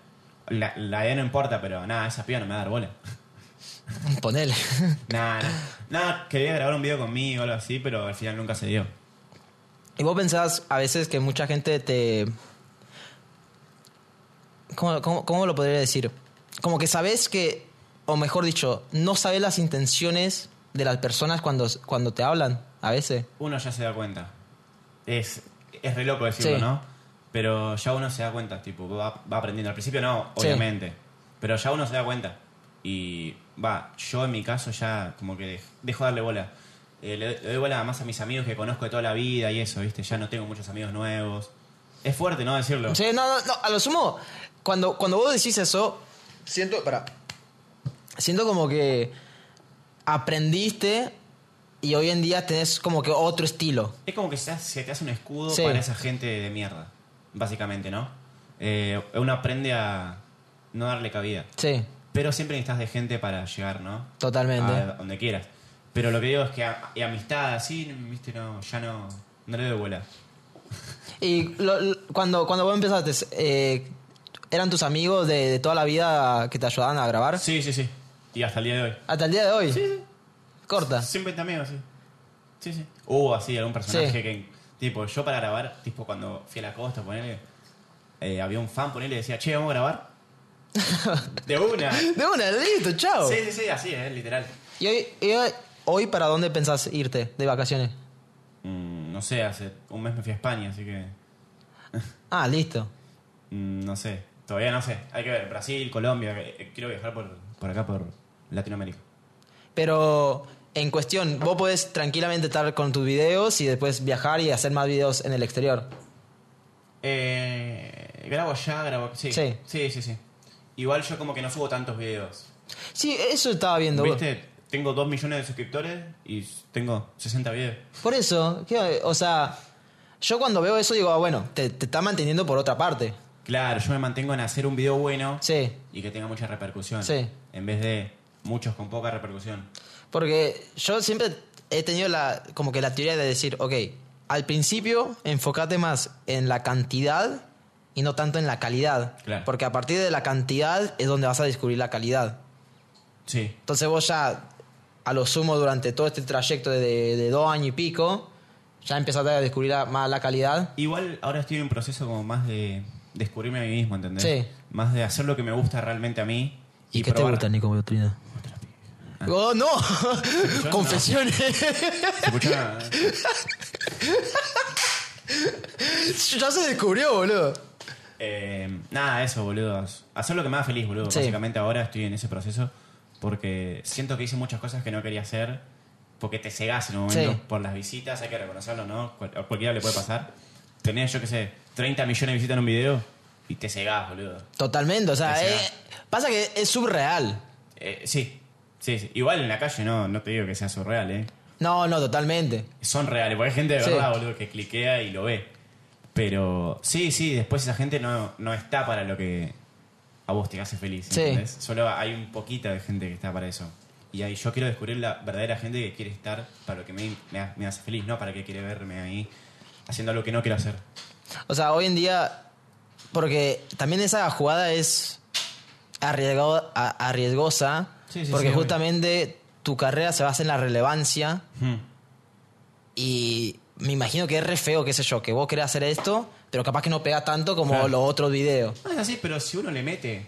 A: La, la edad no importa, pero nada, esa piba no me va a dar bola.
B: Ponele.
A: Nada, nada. Quería grabar un video conmigo o algo así, pero al final nunca se dio.
B: Y vos pensás a veces que mucha gente te. ¿Cómo, cómo, cómo lo podría decir? Como que sabés que. O mejor dicho, no sabés las intenciones de las personas cuando, cuando te hablan, a veces.
A: uno ya se da cuenta. Es, es re loco decirlo,
B: Sí.
A: ¿no? Pero ya uno se da cuenta, tipo, va, va aprendiendo. Al principio no,
B: Sí.
A: obviamente. Pero ya uno se da cuenta. Y va, yo en mi caso ya como que dej- dejo de darle bola. Eh, le, le doy bola más a mis amigos que conozco de toda la vida y eso, ¿viste? Ya no tengo muchos amigos nuevos. Es fuerte, ¿no? Decirlo.
B: Sí, no, no, no, a lo sumo, cuando, cuando vos decís eso, siento, para, siento como que aprendiste y hoy en día tenés como que otro estilo.
A: Es como que se, hace- se te hace un escudo
B: Sí.
A: para esa gente de mierda, básicamente, ¿no? Eh, uno aprende a no darle cabida.
B: Sí,
A: Pero siempre necesitas de gente para llegar, ¿no?
B: totalmente.
A: A donde quieras. Pero lo que digo es que a- y amistad así, viste, no, ya no, no le doy bola.
B: Y lo- lo- cuando, cuando vos empezaste, eh, ¿eran tus amigos de, de toda la vida que te ayudaban a grabar?
A: Sí, sí, sí. Y hasta el día de hoy.
B: Hasta el día de hoy.
A: Sí, sí.
B: Corta.
A: Siempre también así. Sí, sí. Hubo Uh, así algún personaje
B: Sí.
A: que. Tipo, yo para grabar, tipo cuando fui a la costa, ponele. eh, había un fan, ponele, y decía, che, vamos a grabar. de una. Sí,
B: De una, listo, chao.
A: sí, sí, así es, literal.
B: ¿Y hoy, y hoy, hoy para dónde pensás irte de vacaciones?
A: Mm, no sé, hace un mes me fui a España, así que.
B: Ah, listo.
A: mm, no sé. Todavía no sé. Hay que ver. Brasil, Colombia. eh, eh, quiero viajar por, por acá, por Latinoamérica.
B: Pero en cuestión, vos podés tranquilamente estar con tus videos y después viajar y hacer más videos en el exterior.
A: Eh, grabo allá, grabo. Sí.
B: Sí.
A: sí. Sí, sí, Igual yo como que no subo tantos videos.
B: Sí, eso estaba viendo. vos.
A: ¿Viste? Tengo 2 millones de suscriptores y tengo 60 videos.
B: Por eso, ¿qué- o sea, yo cuando veo eso digo, ah, bueno, te, te está manteniendo por otra parte.
A: Claro, yo me mantengo en hacer un video bueno
B: Sí.
A: y que tenga mucha repercusión.
B: Sí.
A: En vez de muchos con poca repercusión.
B: Porque yo siempre he tenido la, como que la teoría de decir, ok, al principio enfócate más en la cantidad y no tanto en la calidad.
A: Claro.
B: Porque a partir de la cantidad es donde vas a descubrir la calidad.
A: Sí.
B: Entonces vos ya, a lo sumo, durante todo este trayecto de, de dos años y pico, ya empezaste a descubrir la- más la calidad.
A: Igual ahora estoy en un proceso como más de descubrirme a mí mismo, ¿entendés?
B: Sí.
A: Más de hacer lo que me gusta realmente a mí.
B: ¿Y, qué te
A: probar.
B: gusta, Nico Biotrina? ¡Oh, no!
A: no.
B: ¡Confesiones!
A: ¿Se escucha?
B: ya se descubrió, boludo.
A: Eh, nada, eso, boludo. Hacer lo que me haga feliz, boludo.
B: Sí.
A: Básicamente ahora estoy en ese proceso porque siento que hice muchas cosas que no quería hacer porque te cegás en un momento
B: Sí.
A: por las visitas, hay que reconocerlo, ¿no? Cual- a cualquiera le puede pasar. Tenés, yo qué sé, 30 millones de visitas en un video y te cegás, boludo.
B: Totalmente, o sea,
A: Ese
B: eh, pasa que es subreal.
A: Eh, sí, sí, sí. Igual en la calle no, no te digo que sea surreal, ¿eh?
B: No, no, totalmente.
A: Son reales, porque hay gente de
B: Sí.
A: verdad, boludo, que cliquea y lo ve. Pero sí, sí, después esa gente no, no está para lo que a vos te hace feliz.
B: Sí.
A: ¿entendés? Solo hay un poquita de gente que está para eso. Y ahí yo quiero descubrir la verdadera gente que quiere estar para lo que me, me ha- me hace feliz, no para que quiere verme ahí haciendo algo que no quiero hacer.
B: O sea, hoy en día, porque también esa jugada es arriesgado- a- arriesgosa,
A: Sí, sí,
B: porque
A: sí, obvio.
B: justamente tu carrera se basa en la relevancia
A: Hmm.
B: y me imagino que es re feo, qué sé yo, que vos querés hacer esto, pero capaz que no pega tanto como
A: Claro.
B: los otros videos.
A: No es así, pero si uno le mete,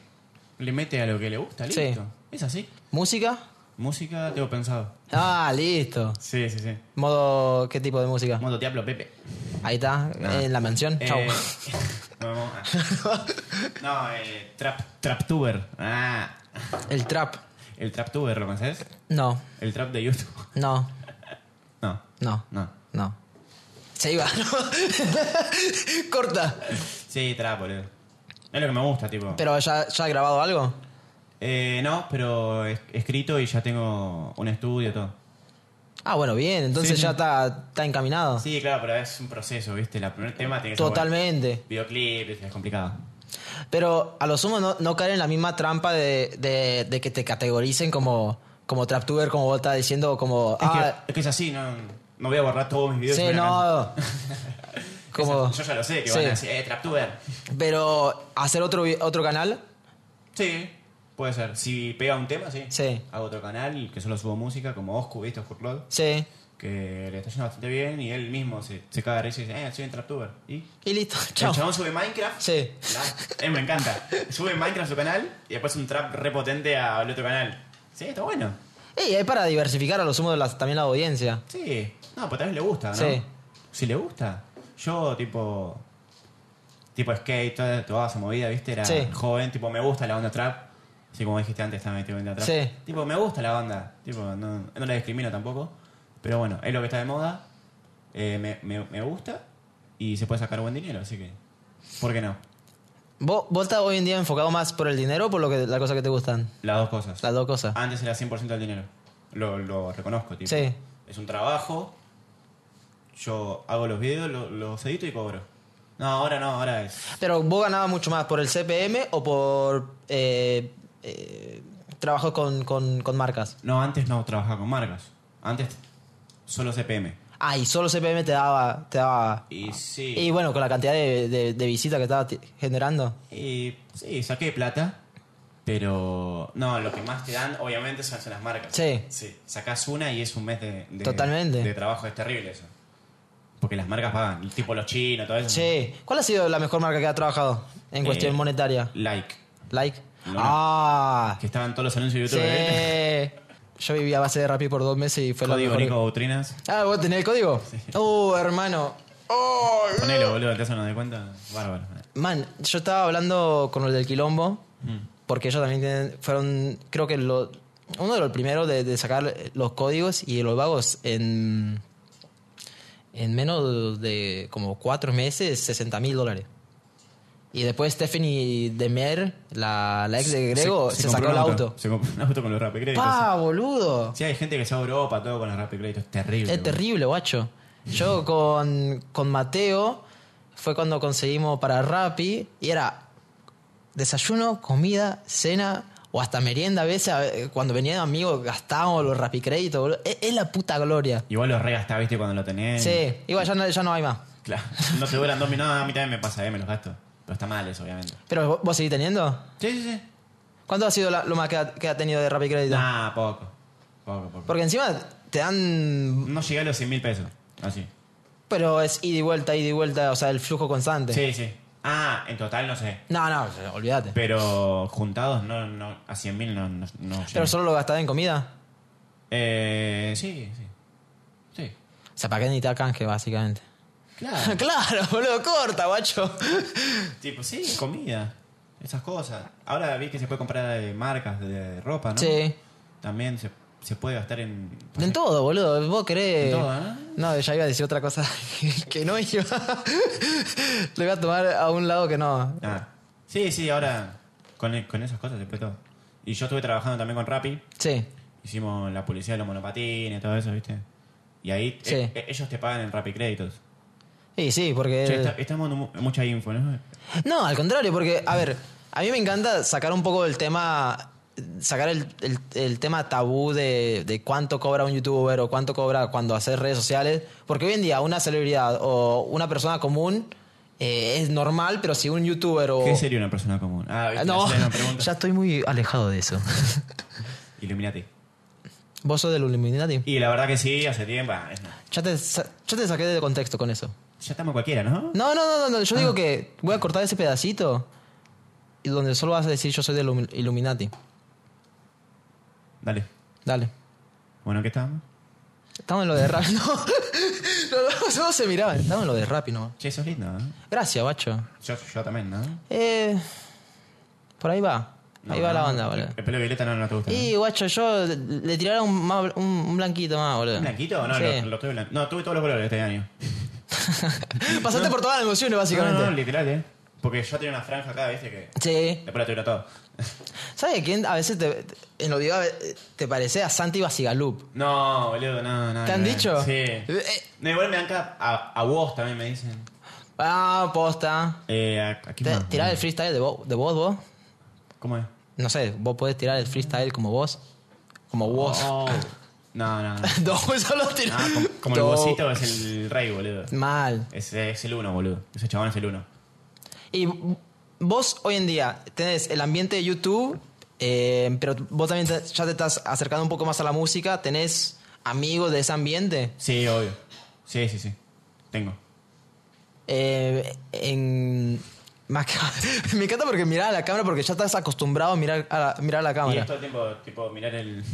A: le mete a lo que le gusta,
B: Sí.
A: listo. Es así.
B: ¿Música?
A: Música, tengo pensado.
B: Ah, listo.
A: Sí, sí, sí.
B: ¿Modo qué tipo de música?
A: Modo Diablo Pepe.
B: Ahí está, en la mansión.
A: Eh,
B: Chau.
A: no, no, ah. No, eh, trap, traptuber. Ah,
B: El trap.
A: el traptuber, ¿lo conoces?
B: No,
A: El trap de YouTube.
B: no,
A: No,
B: no.
A: no.
B: No. Se iba. ¿no? Corta.
A: Sí, trap, boludo. Es lo que me gusta, tipo.
B: Pero ya, ya ha grabado algo.
A: Eh, no, pero es- escrito y ya tengo un estudio, todo.
B: Ah, bueno, bien. Entonces
A: Sí, sí.
B: ya está, está encaminado.
A: Sí, claro, pero es un proceso, ¿viste? La primer tema tiene que ser bueno.
B: Totalmente.
A: Videoclip, ¿viste? es complicado.
B: Pero a lo sumo no, no caer en la misma trampa de, de- de que te categoricen como, como traptuber, como vos estás diciendo, como...
A: Es,
B: ah,
A: que, es que es así, no, no voy a borrar todos mis videos.
B: sí,
A: y voy a cantar.
B: no. como...
A: Yo ya lo sé, que
B: Sí.
A: van a decir, eh, traptuber.
B: Pero hacer otro, vi- otro canal.
A: Sí, puede ser. Si pega un tema, sí.
B: Sí.
A: Hago otro canal que solo subo música, como Oscu, ¿viste? Oscu Cloud,
B: Sí.
A: que le está yendo bastante bien y él mismo se, se caga de risa y dice, eh, soy un traptuber. Y
B: Y listo. Chao.
A: el chabón sube Minecraft.
B: Sí.
A: La- eh, me encanta. Sube Minecraft a su canal y después un trap repotente al otro canal. Sí, está bueno.
B: Y es para diversificar a lo sumo de las- también la audiencia.
A: Sí. No, pues tal vez le gusta, ¿no?
B: Sí.
A: Si le gusta. Yo, tipo. Tipo skate, toda, toda esa movida, ¿viste? Era
B: Sí.
A: joven, tipo, me gusta la onda trap. Así como dijiste antes, estaba metido en la trap.
B: Sí.
A: Tipo, me gusta la onda. Tipo, no, no la discrimino tampoco. Pero bueno, es lo que está de moda. Eh, me, me- me gusta. Y se puede sacar buen dinero, así que. ¿Por qué no?
B: ¿Vos, vos estás hoy en día enfocado más por el dinero o por lo que, la cosa que te gustan?
A: Las dos cosas.
B: Las dos cosas.
A: Antes era 100% del dinero. Lo, lo reconozco, tipo.
B: Sí.
A: Es un trabajo. Yo hago los videos, lo- los edito y cobro. No, ahora no, ahora es.
B: Pero vos ganabas mucho más por el CPM o por eh, eh, trabajos con, con- con marcas.
A: No, antes no trabajaba con marcas. Antes solo CPM.
B: Ah, y solo CPM te daba. Te daba
A: Y sí.
B: Ah. y bueno, con la cantidad de, de, de visitas que estaba ti- generando.
A: Y sí, saqué plata, pero no, lo que más te dan obviamente son, son las marcas.
B: Sí.
A: Sacás una y es un mes de, de-
B: Totalmente.
A: de trabajo, es terrible eso. Porque las marcas pagan, tipo los chinos, todo eso.
B: Che, ¿cuál ha sido la mejor marca que ha trabajado en cuestión
A: Eh,
B: monetaria?
A: Like,
B: Like.
A: Luna.
B: Ah,
A: que estaban todos los anuncios de
B: sí.
A: YouTube. ¿eh?
B: Yo viví a base de Rappi por dos meses y fue la
A: Código
B: mejor.
A: Nico Bautrinas.
B: Ah, ¿vos tenés el código? Uh, hermano. Oh,
A: Ponelo, boludo, te hacen de cuenta. Bárbaro. eh.
B: Man, yo estaba hablando con los del Quilombo, porque ellos también tienen- fueron, creo que lo- uno de los primeros de, de sacar los códigos y los vagos en, en menos de como cuatro meses, 60 mil dólares. Y después Stephanie Demer, la, la ex de Eh, Grego, se,
A: compró
B: sacó el
A: un
B: auto.
A: Se compró un auto con los rap créditos.
B: ¡Pa, boludo!
A: Sí, hay gente que se va a Europa, todo con los rap créditos. Es terrible.
B: Es
A: boludo.
B: terrible, guacho. Yo con, con Mateo fue cuando conseguimos para Rappi y era desayuno, comida, cena o hasta merienda a veces. a ve- Cuando venían amigos gastábamos los Rappi créditos, boludo. Es, es la puta gloria.
A: Igual los regastás, viste, cuando lo tenés.
B: Sí, igual ya no, ya no hay más.
A: Claro, no te duran dos minutos, a mí también me pasa, eh, me los gasto. Pero está mal eso, obviamente.
B: Pero ¿vo- vos seguís teniendo.
A: Sí, sí, sí.
B: ¿Cuánto ha sido la- lo más que ha, que ha tenido de Rappi crédito?
A: Ah, poco. Poco, poco.
B: Porque encima te dan...
A: No llegué a los 100 mil pesos. Así.
B: Pero es ida y vuelta, ida y vuelta, o sea, el flujo constante.
A: Sí, sí. Ah, en total no sé.
B: No, no, olvídate.
A: Pero juntados no, no, a 100 mil no, no, no llegué.
B: Pero solo lo gastás en comida.
A: Eh, sí, sí. Sí.
B: O sea, ¿para qué necesitas canje, básicamente?
A: Claro.
B: claro, boludo, corta, guacho.
A: tipo, sí, comida. Esas cosas. Ahora vi que se puede comprar eh, marcas de ropa, ¿no?
B: Sí.
A: También se, se puede gastar en...
B: En todo, boludo. Vos querés.
A: En todo, ¿eh?
B: No, ya iba a decir otra cosa que no iba. Lo iba a tomar a un lado que no.
A: Ah. Sí, sí, ahora con, e, con esas cosas se puede todo. Y yo estuve trabajando también con Rappi.
B: Sí.
A: Hicimos la publicidad de los monopatines, todo eso, ¿viste? Y ahí
B: Sí.
A: eh, eh, ellos te pagan en Rappi Créditos.
B: Y sí, porque.
A: Che, está- estamos dando mu- mucha info, ¿no?
B: No, al contrario, porque, a ver, a mí me encanta sacar un poco del tema, sacar el, el- el tema tabú de, de cuánto cobra un youtuber o cuánto cobra cuando haces redes sociales, porque hoy en día una celebridad o una persona común eh, es normal, pero si un youtuber o...
A: ¿Qué sería una persona común? Ah, ¿viste?
B: Oh. No,
A: Hacían una pregunta.
B: ya estoy muy alejado de eso.
A: Illuminati.
B: Vos sos del Illuminati.
A: Y la verdad que sí, hace tiempo. ah, es-
B: Ya te, sa- ya te saqué de contexto con eso.
A: Ya estamos cualquiera, ¿no?
B: No, no, no, no,
A: Ah.
B: no, yo digo que voy a cortar ese pedacito y donde solo vas a decir yo soy del Illumi- Illuminati.
A: Dale.
B: Dale.
A: Bueno, ¿qué estamos?
B: Estamos en lo de Rappi. No, los dos no se miraban. Estamos en lo de Rappi, no.
A: Che, sos lindo, ¿eh? ¿no?
B: Gracias, bacho.
A: Yo, yo también, ¿no?
B: Eh, por ahí va. Ahí
A: No,
B: va la
A: no,
B: banda, boludo.
A: El pelo violeta no, no te gusta. ¿no?
B: Y, guacho, yo le tirara un, más- un, un blanquito más, boludo.
A: ¿Blanquito? No,
B: Sí.
A: lo, lo tuve blan- No, tuve todos los colores este año.
B: Pasaste por todas las emociones, básicamente.
A: No, no, no, literal, ¿eh? Porque yo tenía una franja acá, ¿viste? Que
B: Sí.
A: después la tuvieron todo.
B: ¿Sabes quién? A veces te, en los videos eh, te parece a Santi Basigalup.
A: No, boludo, no, no.
B: ¿Te han
A: no,
B: dicho?
A: Sí.
B: Eh,
A: No, igual me dan acá a, a vos también me dicen.
B: ah, posta.
A: Eh, a- aquí
B: Te-
A: más,
B: Tirar el
A: boludo.
B: freestyle de vos, de vos, vos.
A: ¿Cómo es?
B: No sé, vos podés tirar el freestyle como vos. Como vos.
A: Oh. No, no, no.
B: No, solo tiró.
A: No, como, como el
B: No.
A: bocito es el rey, boludo.
B: Mal.
A: Es, es el uno, boludo. Ese chabón es el uno.
B: Y vos hoy en día tenés el ambiente de YouTube, eh, pero vos también te- ya te estás acercando un poco más a la música, tenés amigos de ese ambiente.
A: Sí, obvio. Sí, sí, sí. Tengo.
B: Eh, en... más que- Me encanta porque mirar a la cámara porque ya estás acostumbrado a mirar a la, mirar a la
A: Y
B: cámara.
A: es todo el tiempo, tipo, mirar el.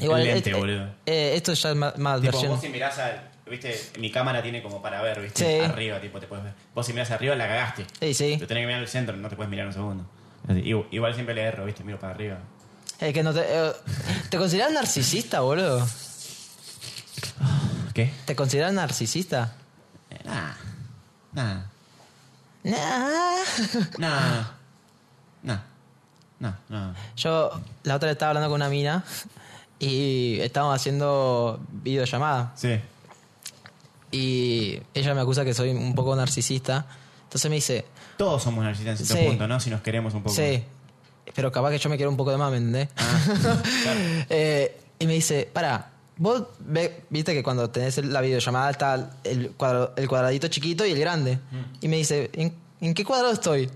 B: Igual,
A: el lente,
B: eh,
A: boludo.
B: eh, esto ya es más, más
A: Tipo,
B: versión.
A: vos si mirás al. Viste, mi cámara tiene como para ver, viste.
B: Sí.
A: Arriba, tipo, te puedes ver. Vos si mirás arriba, la cagaste.
B: Sí, sí.
A: Te tenés que mirar al centro, no te puedes mirar un segundo. Así, igu- Igual siempre le erro, viste, miro para arriba.
B: Es que no te, eh, ¿Te consideras narcisista, boludo?
A: ¿Qué?
B: ¿Te consideras narcisista?
A: Nada. Nada.
B: Nah.
A: Nada. Nada. Nada. Nada.
B: Yo la otra vez estaba hablando con una mina y estábamos haciendo videollamada
A: Sí.
B: y ella me acusa que soy un poco narcisista. Entonces me dice,
A: Todos somos narcisistas en cierto
B: Sí.
A: punto, ¿no? Si nos queremos un poco. Ah,
B: sí, pero capaz que yo me quiero un poco de más, ¿me entendés?
A: Claro.
B: Eh, y me dice, para, Vos ve- viste que cuando tenés el- la videollamada está el, cuadro- el cuadradito chiquito y el grande.
A: Mm.
B: Y me dice, ¿En, en qué cuadrado estoy?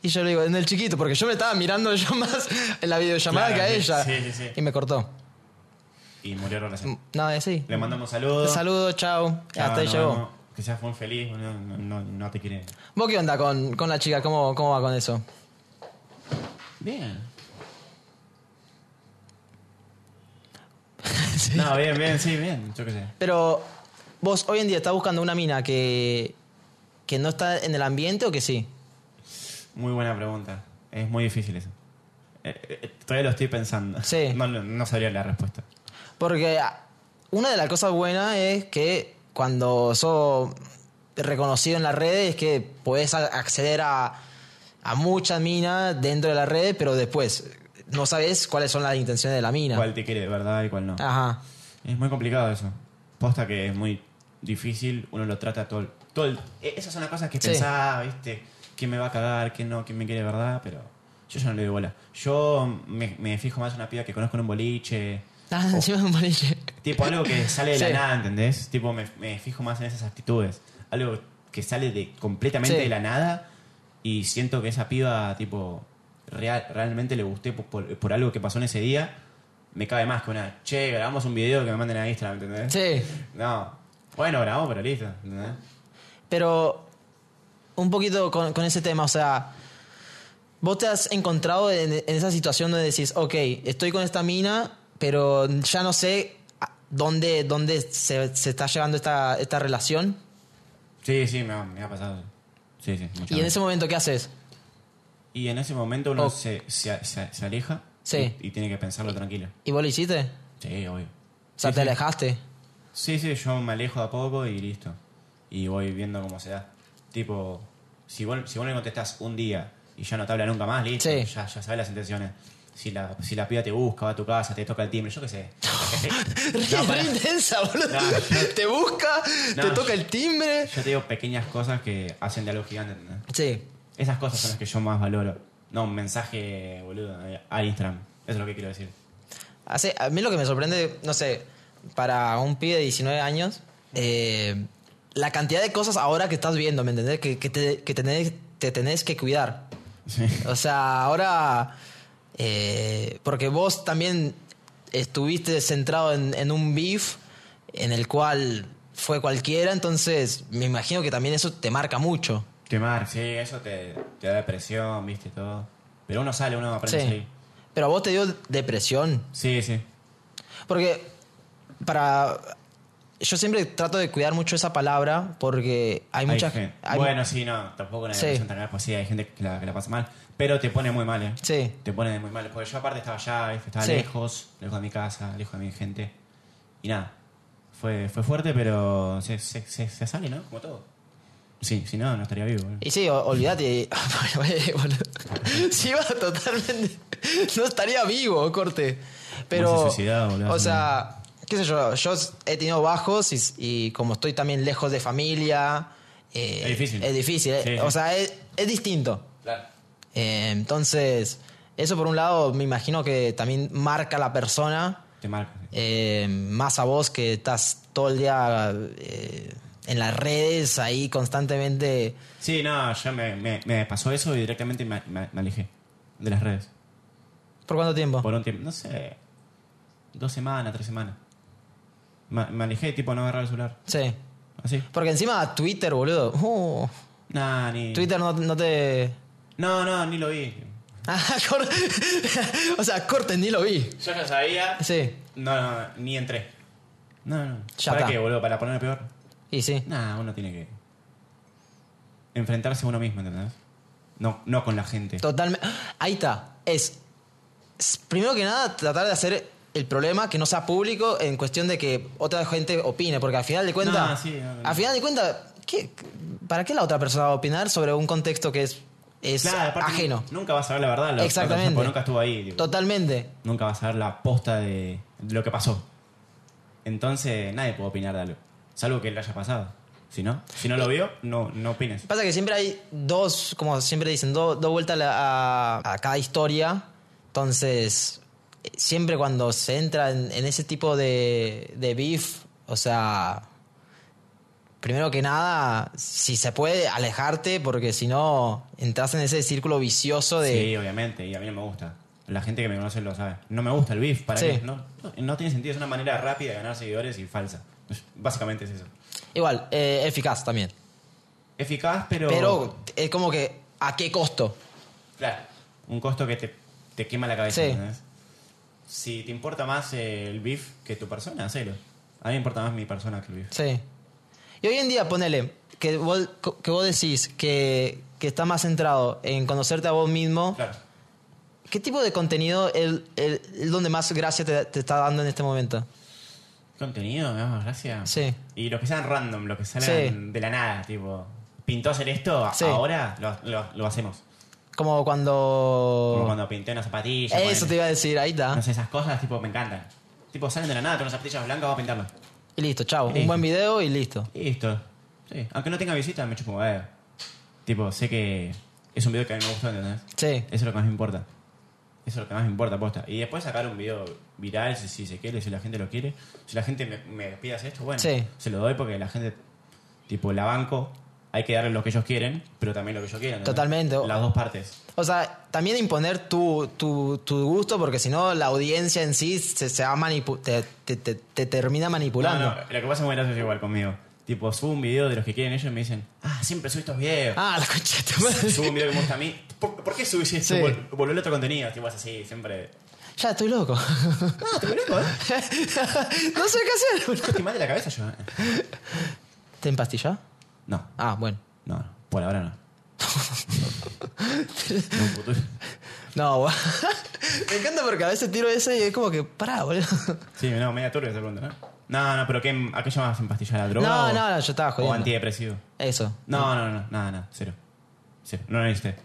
B: Y yo le digo, en el chiquito, porque yo me estaba mirando yo más en la videollamada
A: Claro,
B: que a
A: sí,
B: ella.
A: sí, sí, sí.
B: Y me cortó.
A: Y murió relación.
B: No, es así.
A: Le mandamos saludos.
B: Saludos, chao.
A: Chao,
B: Hasta ahí
A: nos
B: llegó.
A: vemos. Que seas muy feliz, no, no, no- no te quiere.
B: ¿Vos qué onda con, con la chica? ¿Cómo, ¿Cómo va con eso?
A: Bien. No, bien, bien, sí, bien. Yo qué sé.
B: Pero vos hoy en día estás buscando una mina que, que no está en el ambiente o que sí.
A: Muy buena pregunta. Es muy difícil eso. Eh, eh, todavía lo estoy pensando.
B: Sí.
A: No, no, no sabría la respuesta.
B: Porque ah, una de las cosas buenas es que cuando sos reconocido en las redes es que podés a- acceder a, a muchas minas dentro de la red, pero después no sabes cuáles son las intenciones de la mina.
A: ¿Cuál te quiere de verdad y cuál no?
B: Ajá.
A: Es muy complicado eso. Posta que es muy difícil, uno lo trata todo el... Todo el- eh, esas son las cosas que
B: Sí.
A: pensaba, ¿viste? ¿Quién me va a cagar? ¿Quién no? ¿Quién me quiere de verdad? Pero yo ya no le doy bola. Yo me, me fijo más en una piba que conozco en un boliche.
B: Ah, encima de un boliche.
A: Tipo algo que sale de
B: Sí.
A: la nada, ¿entendés? Tipo me, me fijo más en esas actitudes. Algo que sale de completamente
B: Sí.
A: de la nada y siento que esa piba, tipo, real- realmente le gusté por, por- por algo que pasó en ese día. Me cabe más que una, che, grabamos un video que me manden a Instagram, ¿entendés?
B: Sí.
A: No. Bueno, grabamos, pero listo. ¿entendés?
B: Pero un poquito con, con ese tema, o sea, vos te has encontrado en, en esa situación donde decís, ok, estoy con esta mina, pero ya no sé a- dónde, dónde se, se está llevando esta, esta relación.
A: Sí, sí, me ha, me ha pasado. Sí, sí. muchas
B: Y en
A: veces.
B: ese momento, ¿qué haces?
A: Y en ese momento uno
B: Oh.
A: se, se, se- se aleja
B: Sí.
A: y, y tiene que pensarlo tranquilo.
B: ¿Y vos lo hiciste? O
A: Sí, obvio.
B: sea,
A: Sí, sí.
B: te alejaste.
A: Sí, sí, yo me alejo de a poco y listo. Y voy viendo cómo se da. Tipo, si vos, si vos le contestás un día y ya no te habla nunca más, listo.
B: Sí.
A: Ya, ya sabes las intenciones. Si la, si la piba te busca, va a tu casa, te toca el timbre, yo qué sé.
B: Re-
A: No,
B: re
A: pará.
B: intensa, boludo.
A: No, yo-
B: te busca,
A: No,
B: te
A: yo-
B: toca el timbre.
A: Yo te digo pequeñas cosas que hacen de algo gigante. ¿entendés?
B: Sí.
A: Esas cosas son las que yo más valoro. No, un mensaje, boludo, eh, al Instagram. Eso es lo que quiero decir.
B: Hace- a mí lo que me sorprende, no sé, para un pibe de 19 años, eh, la cantidad de cosas ahora que estás viendo, ¿me entendés? Que, que te, que tenés, te tenés que cuidar.
A: Sí.
B: O sea, ahora, eh, porque vos también estuviste centrado en, en un beef en el cual fue cualquiera, entonces me imagino que también eso te marca mucho.
A: Quemar, sí, eso te, te da depresión, viste, todo. Pero uno sale, uno aprende a
B: Sí.
A: salir.
B: Pero a vos te dio depresión.
A: Sí, sí.
B: Porque para yo siempre trato de cuidar mucho esa palabra porque hay mucha
A: gente.
B: hay-
A: Bueno, sí, no, tampoco una
B: Sí.
A: depresión tan grave, pues sí, hay gente que la, que la pasa mal. Pero te pone muy mal, ¿eh?
B: Sí.
A: Te pone muy mal. Porque yo aparte estaba allá, ¿viste? estaba
B: Sí.
A: lejos, lejos de mi casa, lejos de mi gente. Y nada, fue, fue fuerte, pero se, se, se- se sale, ¿no? Como todo. Sí, si no, no estaría vivo. ¿eh?
B: Y sí, o- olvídate. Bueno, eh, boludo. si iba totalmente. No estaría vivo, corte.
A: Hubiese
B: Pero.
A: suicidado, boludo.
B: o sea, qué sé yo. Yo he tenido bajos y, y como estoy también lejos de familia. eh,
A: Es difícil.
B: Es difícil. eh.
A: Sí, sí.
B: O sea, es, es distinto.
A: Claro.
B: Eh, entonces, eso por un lado me imagino que también marca a la persona.
A: Te marca. sí.
B: Eh, más a vos que estás todo el día eh, en las redes, ahí constantemente.
A: Sí, no, yo me, me- me pasó eso y directamente me, me- me alejé de las redes.
B: ¿Por cuánto tiempo?
A: Por un tiempo, no sé, dos semanas, tres semanas. Me, me alejé, tipo, no agarrar el celular.
B: Sí.
A: Así.
B: Porque encima Twitter, boludo. Uh,
A: Nah, ni.
B: Twitter no, no te.
A: No, no, ni lo vi.
B: Ah, cor- o sea, corte, ni lo vi.
A: Yo ya sabía.
B: Sí,
A: No, no, ni entré. No, no.
B: Ya
A: ¿Para
B: está.
A: qué, boludo? ¿Para ponerme peor?
B: y sí.
A: Nah, uno tiene que. Enfrentarse a uno mismo, ¿entendés? No, no con la gente.
B: Totalmente. Ahí está. Es. es- Primero que nada, tratar de hacer el problema que no sea público en cuestión de que otra gente opine. Porque al final de cuentas.
A: No, sí, no, no.
B: Al final de cuentas, ¿qué- ¿para qué la otra persona va a opinar sobre un contexto que es, es
A: Claro, aparte,
B: ajeno?
A: Nunca vas a ver la verdad. la-
B: Exactamente.
A: porque nunca estuvo ahí. tipo.
B: Totalmente.
A: Nunca vas a ver la posta de lo que pasó. Entonces, nadie puede opinar de algo. Salvo que le haya pasado. Si no, si no lo vio, no, no opines.
B: Pasa que siempre hay dos, como siempre dicen, do- dos vueltas a, la- a- a cada historia. Entonces, siempre cuando se entra en, en ese tipo de, de beef, o sea, primero que nada, si se puede, alejarte, porque si no, entras en ese círculo vicioso de...
A: Sí, obviamente, y a mí no me gusta. La gente que me conoce lo sabe. No me gusta el beef, para
B: Sí.
A: mí. No, no- no tiene sentido, es una manera rápida de ganar seguidores y falsa. Básicamente es eso.
B: Igual, eh, eficaz también.
A: Eficaz, pero.
B: Pero es como que, ¿a qué costo?
A: Claro, un costo que te, te quema la cabeza.
B: Sí.
A: ¿entendés? Si te importa más eh, el beef que tu persona, hacelo. A mí me importa más mi persona que el beef.
B: Sí. Y hoy en día, ponele, que vos, que vos decís que, que está más centrado en conocerte a vos mismo,
A: Claro.
B: ¿qué tipo de contenido es el, el donde más gracia te, te está dando en este momento?
A: Contenido, me damos gracias.
B: Sí.
A: Y los que sean random, los que salgan
B: Sí.
A: de la nada, tipo. Pintó hacer esto, a-
B: Sí.
A: ahora lo, lo- lo hacemos.
B: Como cuando...
A: Como cuando pinté una zapatilla.
B: Oh. Eso te iba a decir, ahí está.
A: No sé, esas cosas, tipo, me encantan. Tipo, salen de la nada con las zapatillas blancas, vamos a pintarlas.
B: Y listo, chao. Un
A: Listo.
B: buen video y listo.
A: Listo. Sí. Aunque no tenga visita, me chupo un huevo. Tipo, sé que es un video que a mí me gusta, ¿entendés?
B: Sí.
A: Eso es lo que más me importa. Eso es lo que más me importa, posta. Y después sacar un video viral, si, si se quiere, si la gente lo quiere. Si la gente me, me pide hacer esto, bueno,
B: Sí.
A: se lo doy porque la gente, tipo, la banco, hay que darle lo que ellos quieren, pero también lo que yo quiero. ¿entendés?
B: Totalmente.
A: Las dos partes.
B: O sea, también imponer tu, tu, tu gusto, porque si no, la audiencia en sí se, se va manipu- te, te- te- te termina manipulando.
A: No, no, lo que pasa es muy gracioso igual conmigo. Tipo, subo un video de los que quieren ellos y me dicen, ah, siempre subo estos videos.
B: Ah, la concha de tu madre.
A: subo un video que me gusta a mí. ¿Por, por qué subís esto?
B: Sí.
A: Vol- Volvele otro contenido. Tipo, es así, siempre.
B: Ya, estoy loco.
A: No, te volví loco, ¿eh?
B: no sé qué hacer. boludo.
A: Estoy mal de la cabeza yo. ¿eh?
B: ¿Te empastillás?
A: No,
B: Ah, bueno.
A: no, no. por ahora no. En un futuro.
B: No, bo- Me encanta porque a veces tiro ese y es como que, pará, boludo.
A: Sí, no, media turbia esa pregunta, ¿no? No, no, pero ¿qué, ¿a qué llamas empastillar? ¿A droga?
B: No,
A: o-
B: no, no, yo estaba
A: ¿O
B: jodiendo.
A: antidepresivo?
B: Eso.
A: No, no, no, nada, nada, cero. Cero, no lo necesité.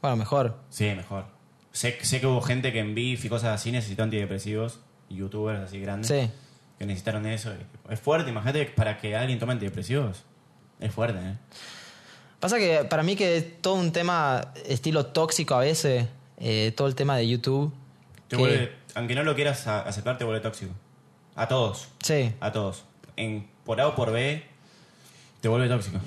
B: Bueno, mejor.
A: Sí, mejor. Sé, sé que hubo gente que en beef y cosas así necesitó antidepresivos, youtubers así grandes,
B: Sí.
A: que necesitaron eso. y, tipo, Es fuerte, imagínate que para que alguien tome antidepresivos. Es fuerte, ¿eh?
B: Pasa que para mí que es todo un tema estilo tóxico a veces, eh, todo el tema de YouTube.
A: Te
B: que-
A: vuelve- aunque no lo quieras a- aceptar, te vuelve tóxico. A todos,
B: Sí.
A: a todos. En, por A o por B, te vuelve tóxico.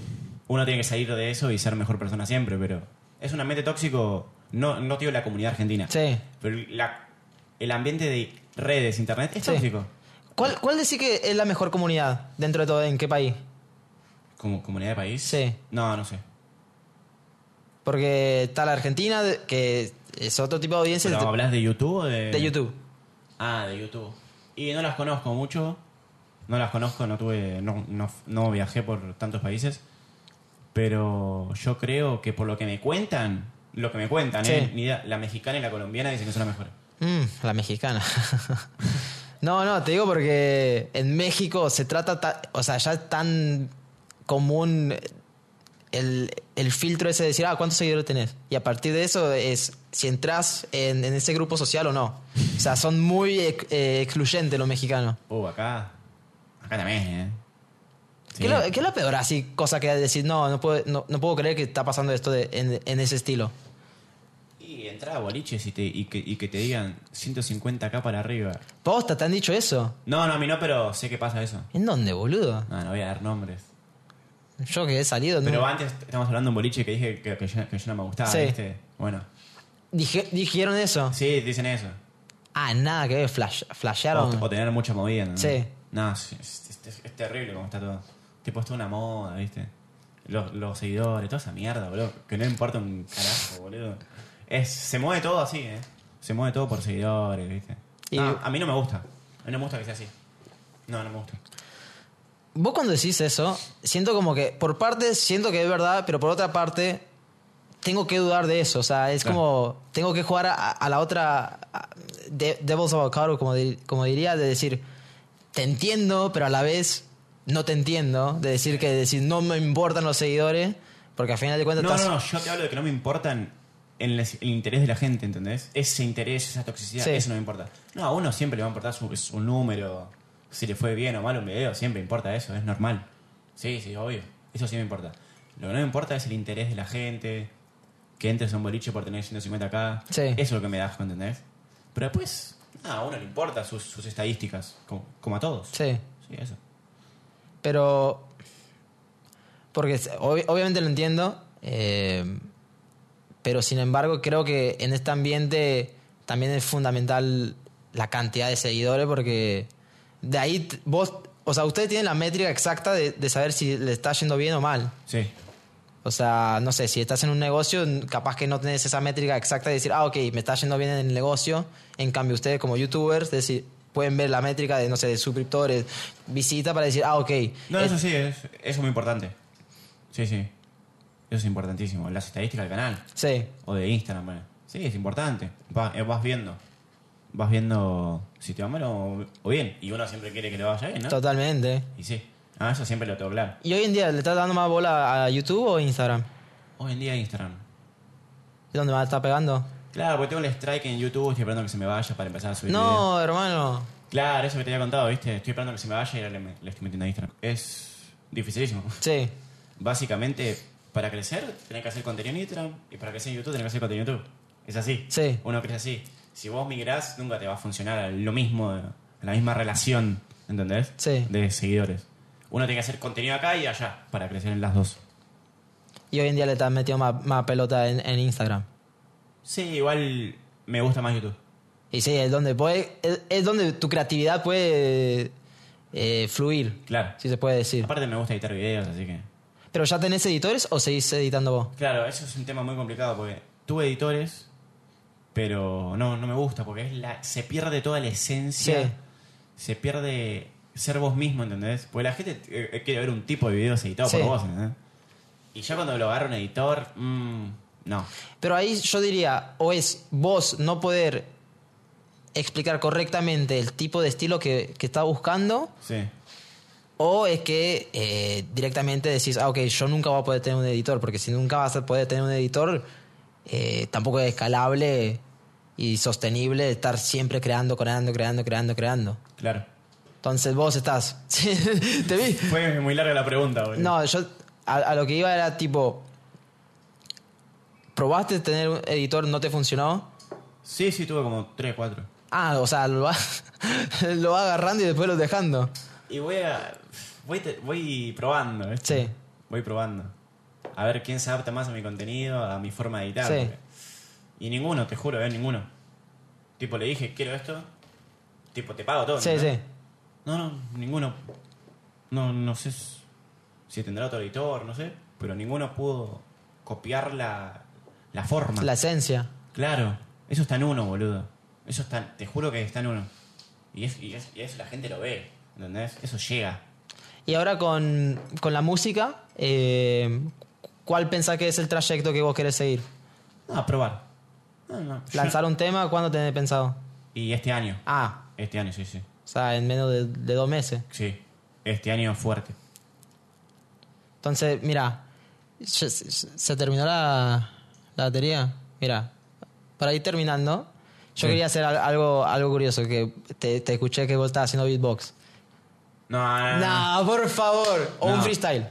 A: Uno tiene que salir de eso y ser mejor persona siempre, pero es un ambiente tóxico, no, no digo la comunidad argentina,
B: Sí.
A: pero la- el ambiente de redes, internet, es
B: Sí.
A: tóxico.
B: ¿Cuál, ¿Cuál decís que es la mejor comunidad dentro de todo? ¿En qué país?
A: Como comunidad de país.
B: Sí.
A: No, no sé.
B: Porque está la Argentina, de- que es otro tipo de audiencia
A: Pero,
B: de,
A: ¿Hablas de YouTube o de...?
B: de YouTube.
A: Ah, de YouTube. Y no las conozco mucho. No las conozco, no tuve. No, no, no viajé por tantos países. Pero yo creo que por lo que me cuentan, lo que me cuentan,
B: Sí.
A: ¿eh? Ni idea. la mexicana y la colombiana dicen que son las mejores.
B: Mm, la mexicana. no, no, te digo porque en México se trata, ta- o sea, ya es tan común el, el filtro ese de decir, ah, ¿cuántos seguidores tenés? Y a partir de eso es si entras en, en ese grupo social o no. O sea, son muy ex- eh, excluyentes los mexicanos.
A: Uh, acá. Acá también, ¿eh? Sí.
B: ¿Qué, es lo, qué es lo peor así, cosa que decir, no, no puedo, no, no puedo creer que está pasando esto de- en, en ese estilo?
A: Y entrar a boliches y, te, y, que, y que te digan 150k para arriba.
B: Posta, ¿te han dicho eso?
A: No, no, a mí no, pero sé que pasa eso.
B: ¿En dónde, boludo?
A: No, no voy a dar nombres.
B: Yo que he salido, no-
A: Pero antes estamos hablando de un boliche que dije que, que yo, que yo no me gustaba,
B: Sí.
A: ¿viste? Bueno.
B: Dije- dijeron eso.
A: Sí, dicen eso.
B: Ah, nada que ver, flash,
A: O,
B: flashearon.
A: o tener mucha movida, ¿no?
B: Sí.
A: No, es, es- es- es terrible como está todo. Tipo, es toda una moda, ¿viste? Los, los seguidores, toda esa mierda, boludo. Que no importa un carajo, boludo. Es, se mueve todo así, ¿eh? Se mueve todo por seguidores, ¿viste?
B: Y-
A: No, a mí no me gusta. A mí no me gusta que sea así. No, no me gusta.
B: Vos cuando decís eso, siento como que, por parte, siento que es verdad, pero por otra parte, tengo que dudar de eso. O sea, es
A: Claro.
B: como, tengo que jugar a, a la otra, a- de- Devil's Avocado, como, di- como diría, de decir, te entiendo, pero a la vez no te entiendo. De decir que decir, no me importan los seguidores, porque al final de cuentas
A: No,
B: estás...
A: no, no, yo te hablo de que no me importan el, el interés de la gente, ¿entendés? Ese interés, esa toxicidad,
B: Sí.
A: eso no me importa. No, a uno siempre le va a importar su, su número, si le fue bien o mal un video, siempre importa eso, es normal. Sí, sí, obvio, eso sí me importa. Lo que no me importa es el interés de la gente, que entres a un boliche por tener 150k,
B: Sí.
A: eso es lo que me das, ¿entendés? Pero después, Ah, a uno le importa sus, sus estadísticas, como, como a todos.
B: Sí.
A: Sí, eso.
B: Pero. Porque es- ob- obviamente lo entiendo. eh, pero sin embargo, creo que en este ambiente también es fundamental la cantidad de seguidores. Porque de ahí t- vos. O sea, ustedes tienen la métrica exacta de, de saber si le está yendo bien o mal.
A: Sí.
B: O sea, no sé, si estás en un negocio, capaz que no tenés esa métrica exacta de decir, ah, ok, me está yendo bien en el negocio. En cambio, ustedes como youtubers, decir, pueden ver la métrica de, no sé, de suscriptores, visita para decir, ah, ok.
A: No,
B: eh,
A: eso sí, es, eso es muy importante. Sí, sí. Eso es importantísimo. Las estadísticas del canal.
B: Sí,
A: O de Instagram, bueno. Sí, es importante. Va- eh, vas viendo. Vas viendo si te va mal o, o bien. Y uno siempre quiere que le vaya bien, ¿no?
B: totalmente.
A: Y sí. Ah, eso siempre lo tengo claro.
B: ¿Y hoy en día le estás dando más bola a YouTube o Instagram?
A: Hoy en día Instagram.
B: ¿Es donde más está pegando?
A: Claro, porque tengo el strike en YouTube, estoy esperando que se me vaya para empezar a subir videos.
B: No, hermano.
A: Claro, eso que te había contado, ¿viste? Estoy esperando que se me vaya y ahora le, le estoy metiendo a Instagram. Es dificilísimo.
B: Sí,
A: Básicamente, para crecer, tenés que hacer contenido en Instagram y para crecer en YouTube, tenés que hacer contenido en YouTube. Es así.
B: Sí.
A: Uno crece así. Si vos migrás, nunca te va a funcionar lo mismo, la misma relación, ¿entendés?
B: Sí.
A: De seguidores. Uno tiene que hacer contenido acá y allá para crecer en las dos.
B: y hoy en día le estás metiendo más, más pelota en, en Instagram.
A: Sí, igual me gusta más YouTube.
B: Y sí, es donde, puede, es, es donde tu creatividad puede eh, fluir,
A: Claro.
B: si se puede decir.
A: Aparte me gusta editar videos, así que...
B: ¿Pero ya tenés editores o seguís editando vos?
A: Claro, eso es un tema muy complicado porque tuve editores, pero no, no me gusta porque es la, se pierde toda la esencia,
B: Sí.
A: se pierde ser vos mismo, ¿entendés? Porque la gente eh, quiere ver un tipo de videos editados
B: Sí.
A: por vos, ¿entendés? Y ya cuando lo agarra un editor, mm, no.
B: Pero ahí yo diría, o es vos no poder explicar correctamente el tipo de estilo que, que estás buscando,
A: Sí,
B: o es que eh, directamente decís, ah, ok, yo nunca voy a poder tener un editor, porque si nunca vas a poder tener un editor, eh, tampoco es escalable y sostenible estar siempre creando, creando, creando, creando, creando.
A: claro.
B: Entonces vos estás... Sí, te vi,
A: Fue muy larga la pregunta, boludo.
B: No, yo a, a lo que iba era tipo. Probaste tener un editor, no te funcionó.
A: Sí, sí, tuve como 3, 4.
B: Ah, o sea, lo va, lo va agarrando y después lo dejando.
A: Y voy a. Voy, te- voy probando, ¿viste?
B: Sí.
A: Voy probando. A ver quién se adapta más a mi contenido, a mi forma de editar.
B: Sí.
A: porque- Y ninguno, te juro, ¿eh? Ninguno. Tipo, le dije, quiero esto. Tipo, te pago todo.
B: Sí,
A: ¿no?
B: sí.
A: No, no, ninguno. No, no sé s- si tendrá otro editor, no sé. Pero ninguno pudo copiar la, la forma.
B: La esencia.
A: Claro, eso está en uno, boludo. Eso está, te juro que está en uno. Y, es, y, es- y eso la gente lo ve, ¿entendés? Eso llega.
B: Y ahora con, con la música, eh, ¿cuál pensás que es el trayecto que vos querés seguir?
A: No, a probar. No, no.
B: ¿Lanzar un tema? ¿Cuándo tenés pensado?
A: Y este año.
B: Ah,
A: Este año, sí, sí.
B: o sea, en menos de, de dos meses.
A: Sí. Este año fuerte.
B: Entonces, mira, se, se- se terminó la, la batería. Mira, para ir terminando,
A: Sí.
B: yo quería hacer al- algo, algo curioso, que te, te escuché que vos estabas haciendo beatbox.
A: No, ah, no, no, no.
B: No, por favor, o un
A: No.
B: freestyle.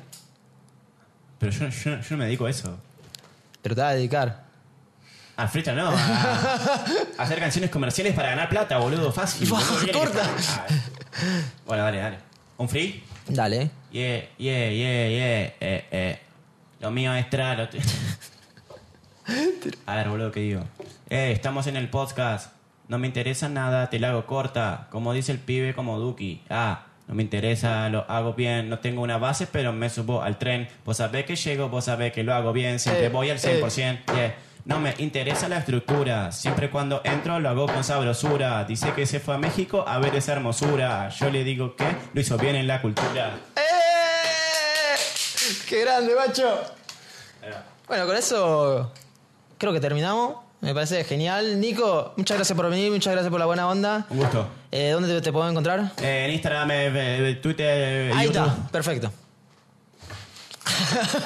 A: Pero yo, yo- yo no me dedico a eso.
B: Pero te vas a dedicar.
A: Al freestyle no. A, a hacer canciones comerciales para ganar plata, boludo. Fácil.
B: Buah,
A: boludo, ¿qué
B: corta.
A: querés? Ah, eh. bueno, dale, dale. ¿Un free?
B: Dale.
A: Yeah, yeah, yeah, yeah. Eh, eh. Lo mío es tra... lo tu- A ver, boludo, ¿qué digo? Eh, estamos en el podcast. No me interesa nada, te la hago corta. Como dice el pibe, como Duki. Ah, no me interesa, lo hago bien. No tengo una base, pero me subo al tren. Vos sabés que llego, vos sabés que lo hago bien. Siempre
B: Eh,
A: voy al 100%. yeah. No me interesa la estructura. Siempre cuando entro lo hago con sabrosura. Dice que se fue a México a ver esa hermosura. Yo le digo que lo hizo bien en la cultura.
B: ¡Eh! ¡Qué grande, macho! Bueno, con eso creo que terminamos. Me parece genial. Nico, muchas gracias por venir, muchas gracias por la buena onda.
A: Un gusto.
B: Eh, ¿Dónde te, te puedo encontrar?
A: Eh, en Instagram, eh, eh, Twitter, eh,
B: Ahí
A: YouTube.
B: está, perfecto.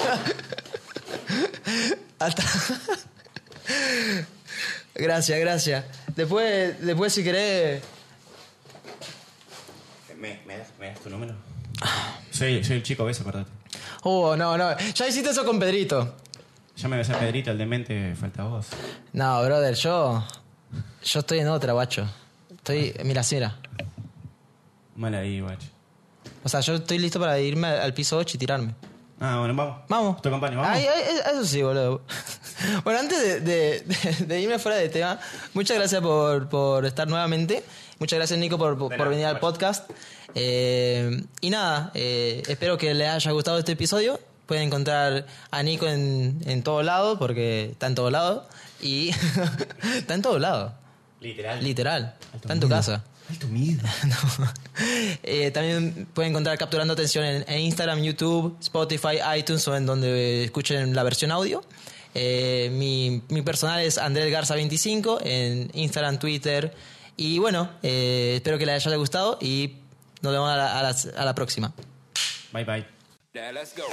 B: Hasta- gracias, gracias. Después, después si querés.
A: ¿Me, me das, me das tu número? Soy, soy el chico beso, acordate.
B: Oh, no, no. Ya hiciste eso con Pedrito.
A: Ya me besé a Pedrito, el demente, falta vos.
B: No, brother, yo. Yo estoy en otra, guacho. Estoy, mira, sí, mira.
A: Mal ahí, guacho.
B: O sea, yo estoy listo para irme al piso 8 y tirarme.
A: Ah, bueno, vamos.
B: Vamos.
A: Tu campaña, vamos.
B: Ay, ay, eso sí, boludo. Bueno, antes de, de- de- de irme fuera de tema, muchas gracias por, por estar nuevamente. Muchas gracias, Nico, por, por-
A: De
B: por
A: nada,
B: venir al
A: gracias.
B: podcast. Eh, y nada, eh, espero que les haya gustado este episodio. Pueden encontrar a Nico en, en todo lado, porque está en todo lado. Y está en todo lado,
A: Literal.
B: literal.
A: Alto
B: Está en tu
A: miedo.
B: casa.
A: Alto miedo.
B: No. Eh, también pueden encontrar Capturando Atención en, en Instagram, YouTube, Spotify, iTunes o en donde escuchen la versión audio. Eh, mi, mi personal es Andrés Garza25 en Instagram, Twitter. Y bueno, eh, espero que les haya gustado y nos vemos a la- a la- a la próxima.
A: Bye, bye.
C: Now let's go.